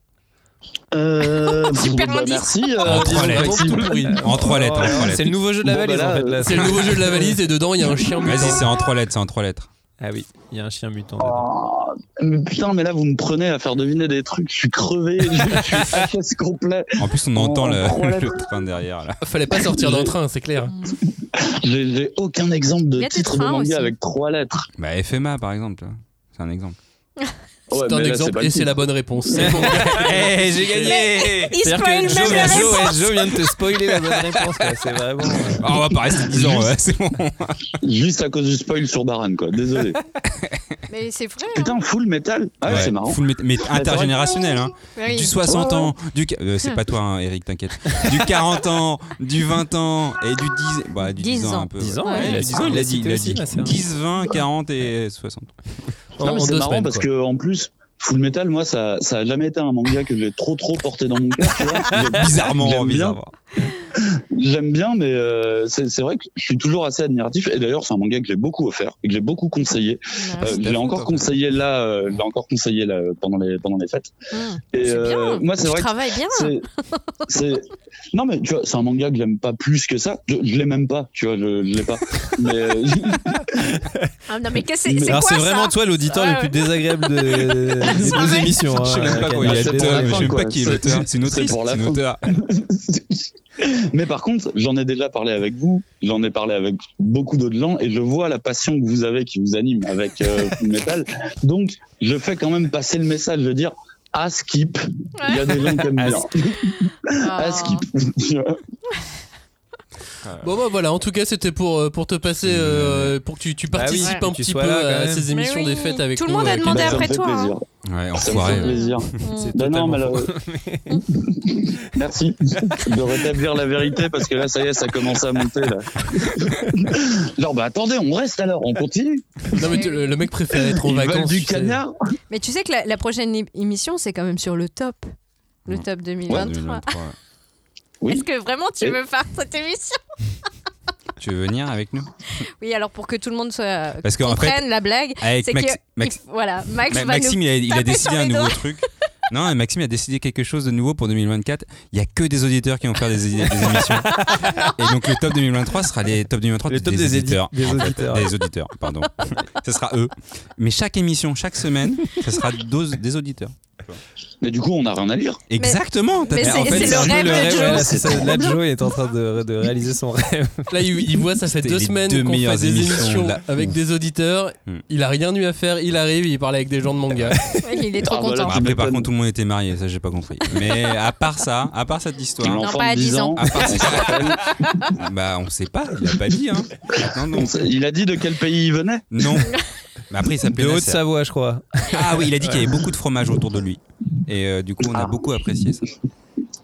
Q: Euh,
L: Super
Q: bah,
K: [laughs]
L: indice.
Q: merci. euh,
K: En trois
I: disons
K: lettres.
I: vraiment tout pourri.
K: En trois lettres. en trois lettres.
J: Oh, C'est le nouveau jeu de la
Q: Bon, bah
J: valise
Q: là,
J: en fait. là.
I: C'est le nouveau jeu de la valise et dedans, il y a un chien mutant.
K: Vas-y, c'est en trois lettres. C'est en trois lettres.
J: Ah oui, il y a un chien mutant. dedans.
Q: Oh. mais putain, mais là, vous me prenez à faire deviner des trucs. Je suis crevé. Je, je
K: [laughs]
Q: suis à caisse complet.
K: En plus, on entend [laughs] le,
Q: en trois lettres.
K: le train derrière là.
I: Fallait pas sortir d'un train, c'est clair.
Q: [laughs] J'ai j'ai aucun exemple de
L: Il y a tes
Q: titre de
L: trains
Q: manga
L: aussi.
Q: avec trois lettres.
K: Bah, FMA par exemple. là. C'est un exemple.
Q: Ouais,
I: C'est un
Q: mais là,
I: exemple
Q: pas le
I: et c'est
Q: titre.
I: la bonne réponse.
K: [laughs] Eh, j'ai gagné
L: Il
J: C'est-à-dire
L: spoil
J: que
L: même
J: Joe,
L: la
J: Joe-
L: réponse.
J: Joe vient de te spoiler la bonne réponse. quoi. C'est vraiment.
K: Ah, On va pas rester 10 ans, ouais, c'est bon.
Q: Juste à cause du spoil sur Baran, quoi. Désolé.
L: Mais c'est vrai. hein.
Q: Putain, full metal. Ah,
K: Ouais,
Q: c'est marrant.
K: full mét- mais intergénérationnel, hein.
L: Oui.
K: Du 60
Q: Ouais, ouais.
K: ans, du. ca- euh, c'est pas toi, hein, Eric, t'inquiète. Du 40 ans, du 20 ans et du 10. Bah, du 10,
L: 10
K: ans
L: ans.
K: un peu.
J: 10
K: ouais.
J: ans, ouais,
K: Du
J: il a
K: 10
J: cité
K: ans, il l'a
J: aussi,
K: dit. il l'a
J: aussi,
K: dit.
J: ma sœur.
K: 10, 20, 40 et 60.
Q: Non, mais
I: En
Q: c'est
I: deux
Q: marrant
I: semaines,
Q: parce
I: quoi.
Q: que en plus, Full Metal, moi, ça, ça a jamais été un manga que j'ai trop trop porté dans mon cœur. tu vois. J'ai-
K: Bizarrement,
Q: j'aime bien,
K: bizarrement.
Q: j'aime bien, mais euh, c'est c'est vrai que je suis toujours assez admiratif. Et d'ailleurs, c'est un manga que j'ai beaucoup offert et que j'ai beaucoup conseillé. Euh,
K: ta
Q: je
L: c'est
Q: l'ai
K: faute, en
Q: encore
K: fait.
Q: conseillé là, euh, je l'ai encore conseillé là euh, pendant les pendant les fêtes.
L: Hum.
Q: Et
L: C'est bien.
Q: euh, moi, c'est
L: Tu
Q: vrai. que
L: travailles bien.
Q: c'est- c'est- non mais tu vois, c'est un manga que j'aime pas plus que ça. Je, je l'aime même pas, tu vois, je, je l'ai
L: [laughs]
Q: pas. Mais euh,
L: Ah, non mais qu'est-ce que
Q: Mais-
L: c'est
J: Alors
L: quoi
J: c'est vraiment
L: ça
J: toi l'auditeur
L: Ouais,
J: le plus
L: ouais.
J: désagréable de,
Q: [laughs]
J: des
L: vrai.
J: deux émissions.
K: Je sais
J: hein,
K: même pas quoi il
J: Canard.
K: y a
J: C'est
K: l'auteur,
J: la
K: mais je
J: fin,
K: sais même
J: quoi.
K: pas qui est l'auteur. C'est une
Q: C'est
K: autrice,
Q: pour la
K: c'est une
Q: fin. [laughs]
K: auteur.
Q: Mais par contre, j'en ai déjà parlé avec vous, j'en ai parlé avec beaucoup d'autres gens, et je vois la passion que vous avez qui vous anime avec euh,
K: [laughs]
Q: Full Metal. Donc, je fais quand même passer le message de dire à skip, il y a des gens qui aiment
K: Ah,
Q: bien. À skip. [laughs]
I: Bon bah voilà, en tout cas c'était pour, euh, pour te
Q: Bah
I: passer, euh, pour que tu, tu
J: Bah oui,
I: participes
J: que
I: un
J: tu
I: petit peu
J: sois là, quand
I: à
J: même.
I: ces
L: Mais
I: émissions
L: oui.
I: des fêtes avec
L: Tout le
I: nous,
L: monde a
I: euh,
L: demandé
Q: bah, ça me
L: après
Q: fait
L: toi. hein. Mm.
Q: plaisir.
K: Ouais,
Q: Ça me fait
K: enfoiré.
Q: plaisir. Bah,
J: C'est
Q: Non, non,
J: totalement
Q: mais là,
J: faux.
Q: [laughs] merci de rétablir la vérité parce que là, ça y est, ça commence à monter.
I: [laughs]
Q: Là. Genre, bah attendez, on reste alors, on continue.
I: Non mais tu- le le mec préfère être en
Q: Ils veulent
I: vacances.
Q: du
I: tu sais.
Q: canard.
L: Mais tu sais que la, la prochaine é- émission c'est quand même sur le top. Le top 2023.
Q: Oui.
L: Est-ce que vraiment tu
Q: Et-
L: veux faire cette émission
K: Tu veux venir avec nous
L: Oui, alors pour que tout le monde soit
K: Parce qu'en
L: comprenne
K: fait,
L: la blague,
K: avec
L: c'est
K: Max-
L: que
K: Max-
L: il- voilà, Max
K: Ma-
L: va
K: Maxime,
L: nous
K: il a, il a
L: taper sur
K: décidé un
L: les
K: nouveau
L: doigts. [laughs]
K: truc. [laughs] Non, Maxime il a décidé quelque chose de nouveau pour 2024. Il y a que des auditeurs qui vont faire des,
L: [laughs]
K: des émissions. Et donc le top 2023 sera les top 2023
J: Le top des édi-
K: auditeurs.
J: des
K: en fait.
J: auditeurs.
K: Des auditeurs,
J: [laughs]
K: pardon. Ce sera eux. Mais chaque émission, chaque semaine, ce sera dos- des auditeurs.
Q: Mais du coup, on n'a rien à lire.
K: Exactement. t'as-
L: mais
K: en fait,
L: c'est
K: c'est
L: le
K: un peu
L: rêve de Joe.
J: voilà, c'est ça. Là, Joe est en train de, de réaliser son rêve.
I: Là il, il voit ça fait
K: C'était
I: deux
K: les
I: semaines
K: deux
I: qu'on fait
K: meilleures
I: des
K: émissions,
I: émissions
K: là.
I: avec
K: Ouf.
I: des auditeurs.
K: Hmm.
I: Il a rien eu à faire, il arrive, il parle avec des gens
K: [laughs]
I: de manga.
L: Il est trop
Q: Ah, voilà.
L: content.
K: Bon,
Q: Tu
K: après, par
Q: m'étonnes.
K: contre, tout le monde était marié, ça j'ai pas compris. Mais à part ça, à part cette histoire,
Q: L'enfant
L: pas à
Q: de
L: 10 ans.
K: à part [laughs] bah on sait pas, il a pas dit. Hein. Attends,
Q: On
K: non.
Q: sait- Il a dit de quel pays il venait
K: non. Mais après, il
J: De
K: s'appelait Nasser.
J: Haute-Savoie, je crois.
K: Ah oui, il a dit qu'il y avait beaucoup de fromage autour de lui. Et euh, du coup, on a beaucoup apprécié ça. Mm.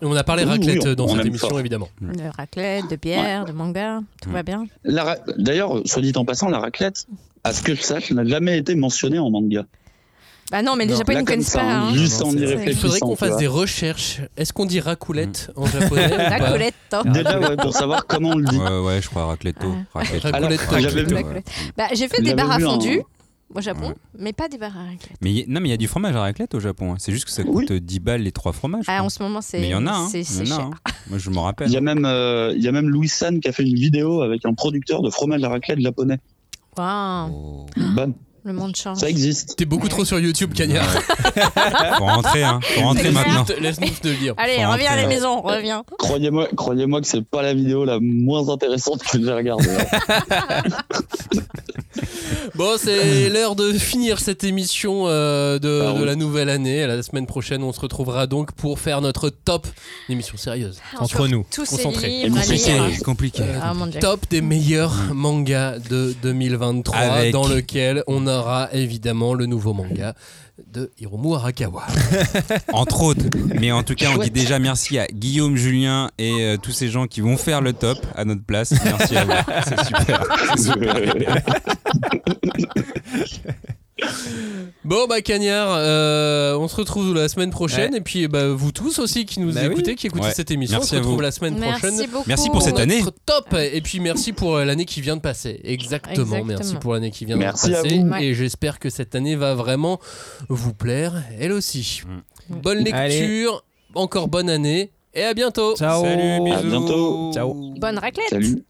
I: On a parlé
Q: Ah. Oui, oui,
I: raclette
Q: on-
I: dans
Q: on
I: cette
Q: aime
I: émission,
Q: ça.
I: évidemment.
L: De raclette, de bière, de manga, tout va bien.
Q: La ra- D'ailleurs, soit dit en passant, la raclette, à ce que je sache, n'a jamais été mentionnée en manga.
L: Bah non, mais les
Q: Non,
L: Japonais
Q: là,
L: ne
Q: comme
L: connaissent
Q: ça,
L: pas.
Q: hein,
L: hein.
Q: juste en y
I: Il faudrait
Q: réfléchissant,
I: qu'on
Q: tu
I: fasse
Q: vois.
I: des recherches. Est-ce qu'on dit racoulette
K: Mm.
I: en
K: [laughs]
I: japonais ou pas
L: Racoulette.
Q: Déjà, ouais, pour savoir comment on le dit.
K: Ouais, ouais, je crois racletto.
L: Ah.
K: Raclette.
Q: Alors, j'avais vu-
L: Bah, j'ai fait des
K: J'avais
L: bars à
K: vu un-
L: fondue au Japon, mais pas des bars à raclette.
K: Mais y- non, mais il y a du fromage à raclette au Japon. hein. C'est juste que ça coûte 10 balles les trois fromages.
L: Ah, en ce moment, c'est
K: Mais il y en a, hein.
L: c'est-
K: Il y
L: c'est
K: en a,
L: cher.
K: hein.
L: [laughs]
K: Moi, je m'en rappelle.
Q: Il y a même, euh, il y a même Louis San qui a fait une vidéo avec un producteur de fromage à raclette japonais.
K: hein. Oh.
L: Waouh,
Q: Bam.
L: le monde change.
Q: Ça existe.
I: Ah. T'es beaucoup trop sur YouTube, Cagnard.
L: [laughs]
K: Faut rentrer, hein. Faut rentrer
L: C'est clair.
K: maintenant.
I: Laisse-nous te le dire.
L: Allez,
Q: Faut
L: reviens à la
Q: rentrer.
L: maison, reviens.
Q: Croyez-moi, croyez-moi que c'est pas la vidéo la moins intéressante que j'ai regardée. hein.
I: Bon,
J: [clears throat]
I: c'est l'heure de finir cette émission euh, de, de la nouvelle année. La semaine prochaine, on se retrouvera donc pour faire notre top. Une émission sérieuse.
J: Entre nous.
L: tous ces
I: Concentrée.
L: livres à Compliqué, lire.
K: compliqué.
L: Ah, mon Dieu.
I: top des
J: Mm.
I: meilleurs mangas de 2023,
K: Avec-
I: dans lequel on aura évidemment le nouveau manga de
J: [laughs]
I: Hiromu Arakawa.
K: Entre autres. Mais en tout cas, on dit déjà merci à Guillaume, Julien et euh, tous ces gens qui vont faire le top à notre place. Merci à vous. C'est super. [laughs] C'est super. [laughs]
Q: [laughs]
I: Bon bah Cagnard, euh, on se retrouve la semaine prochaine
K: Ouais.
I: et puis eh ben, vous tous aussi qui nous
K: Bah oui.
I: écoutez, qui écoutez
K: Ouais.
I: cette émission,
K: Merci
I: on
K: à
I: se retrouve
K: vous.
I: la semaine
K: Merci
I: prochaine.
K: beaucoup. Merci pour cette
I: notre
K: année.
I: Top et puis merci pour euh, l'année qui vient de passer. Exactement,
K: Exactement.
I: merci pour l'année qui vient
K: Merci
I: de
K: à
I: passer
K: vous.
I: et j'espère que cette année va vraiment vous plaire elle aussi. Bonne lecture,
K: Mm. Allez.
I: encore bonne année et à bientôt.
J: Ciao. Salut,
K: À bisous. bientôt.
J: Ciao.
L: Bonne raclette.
Q: Salut.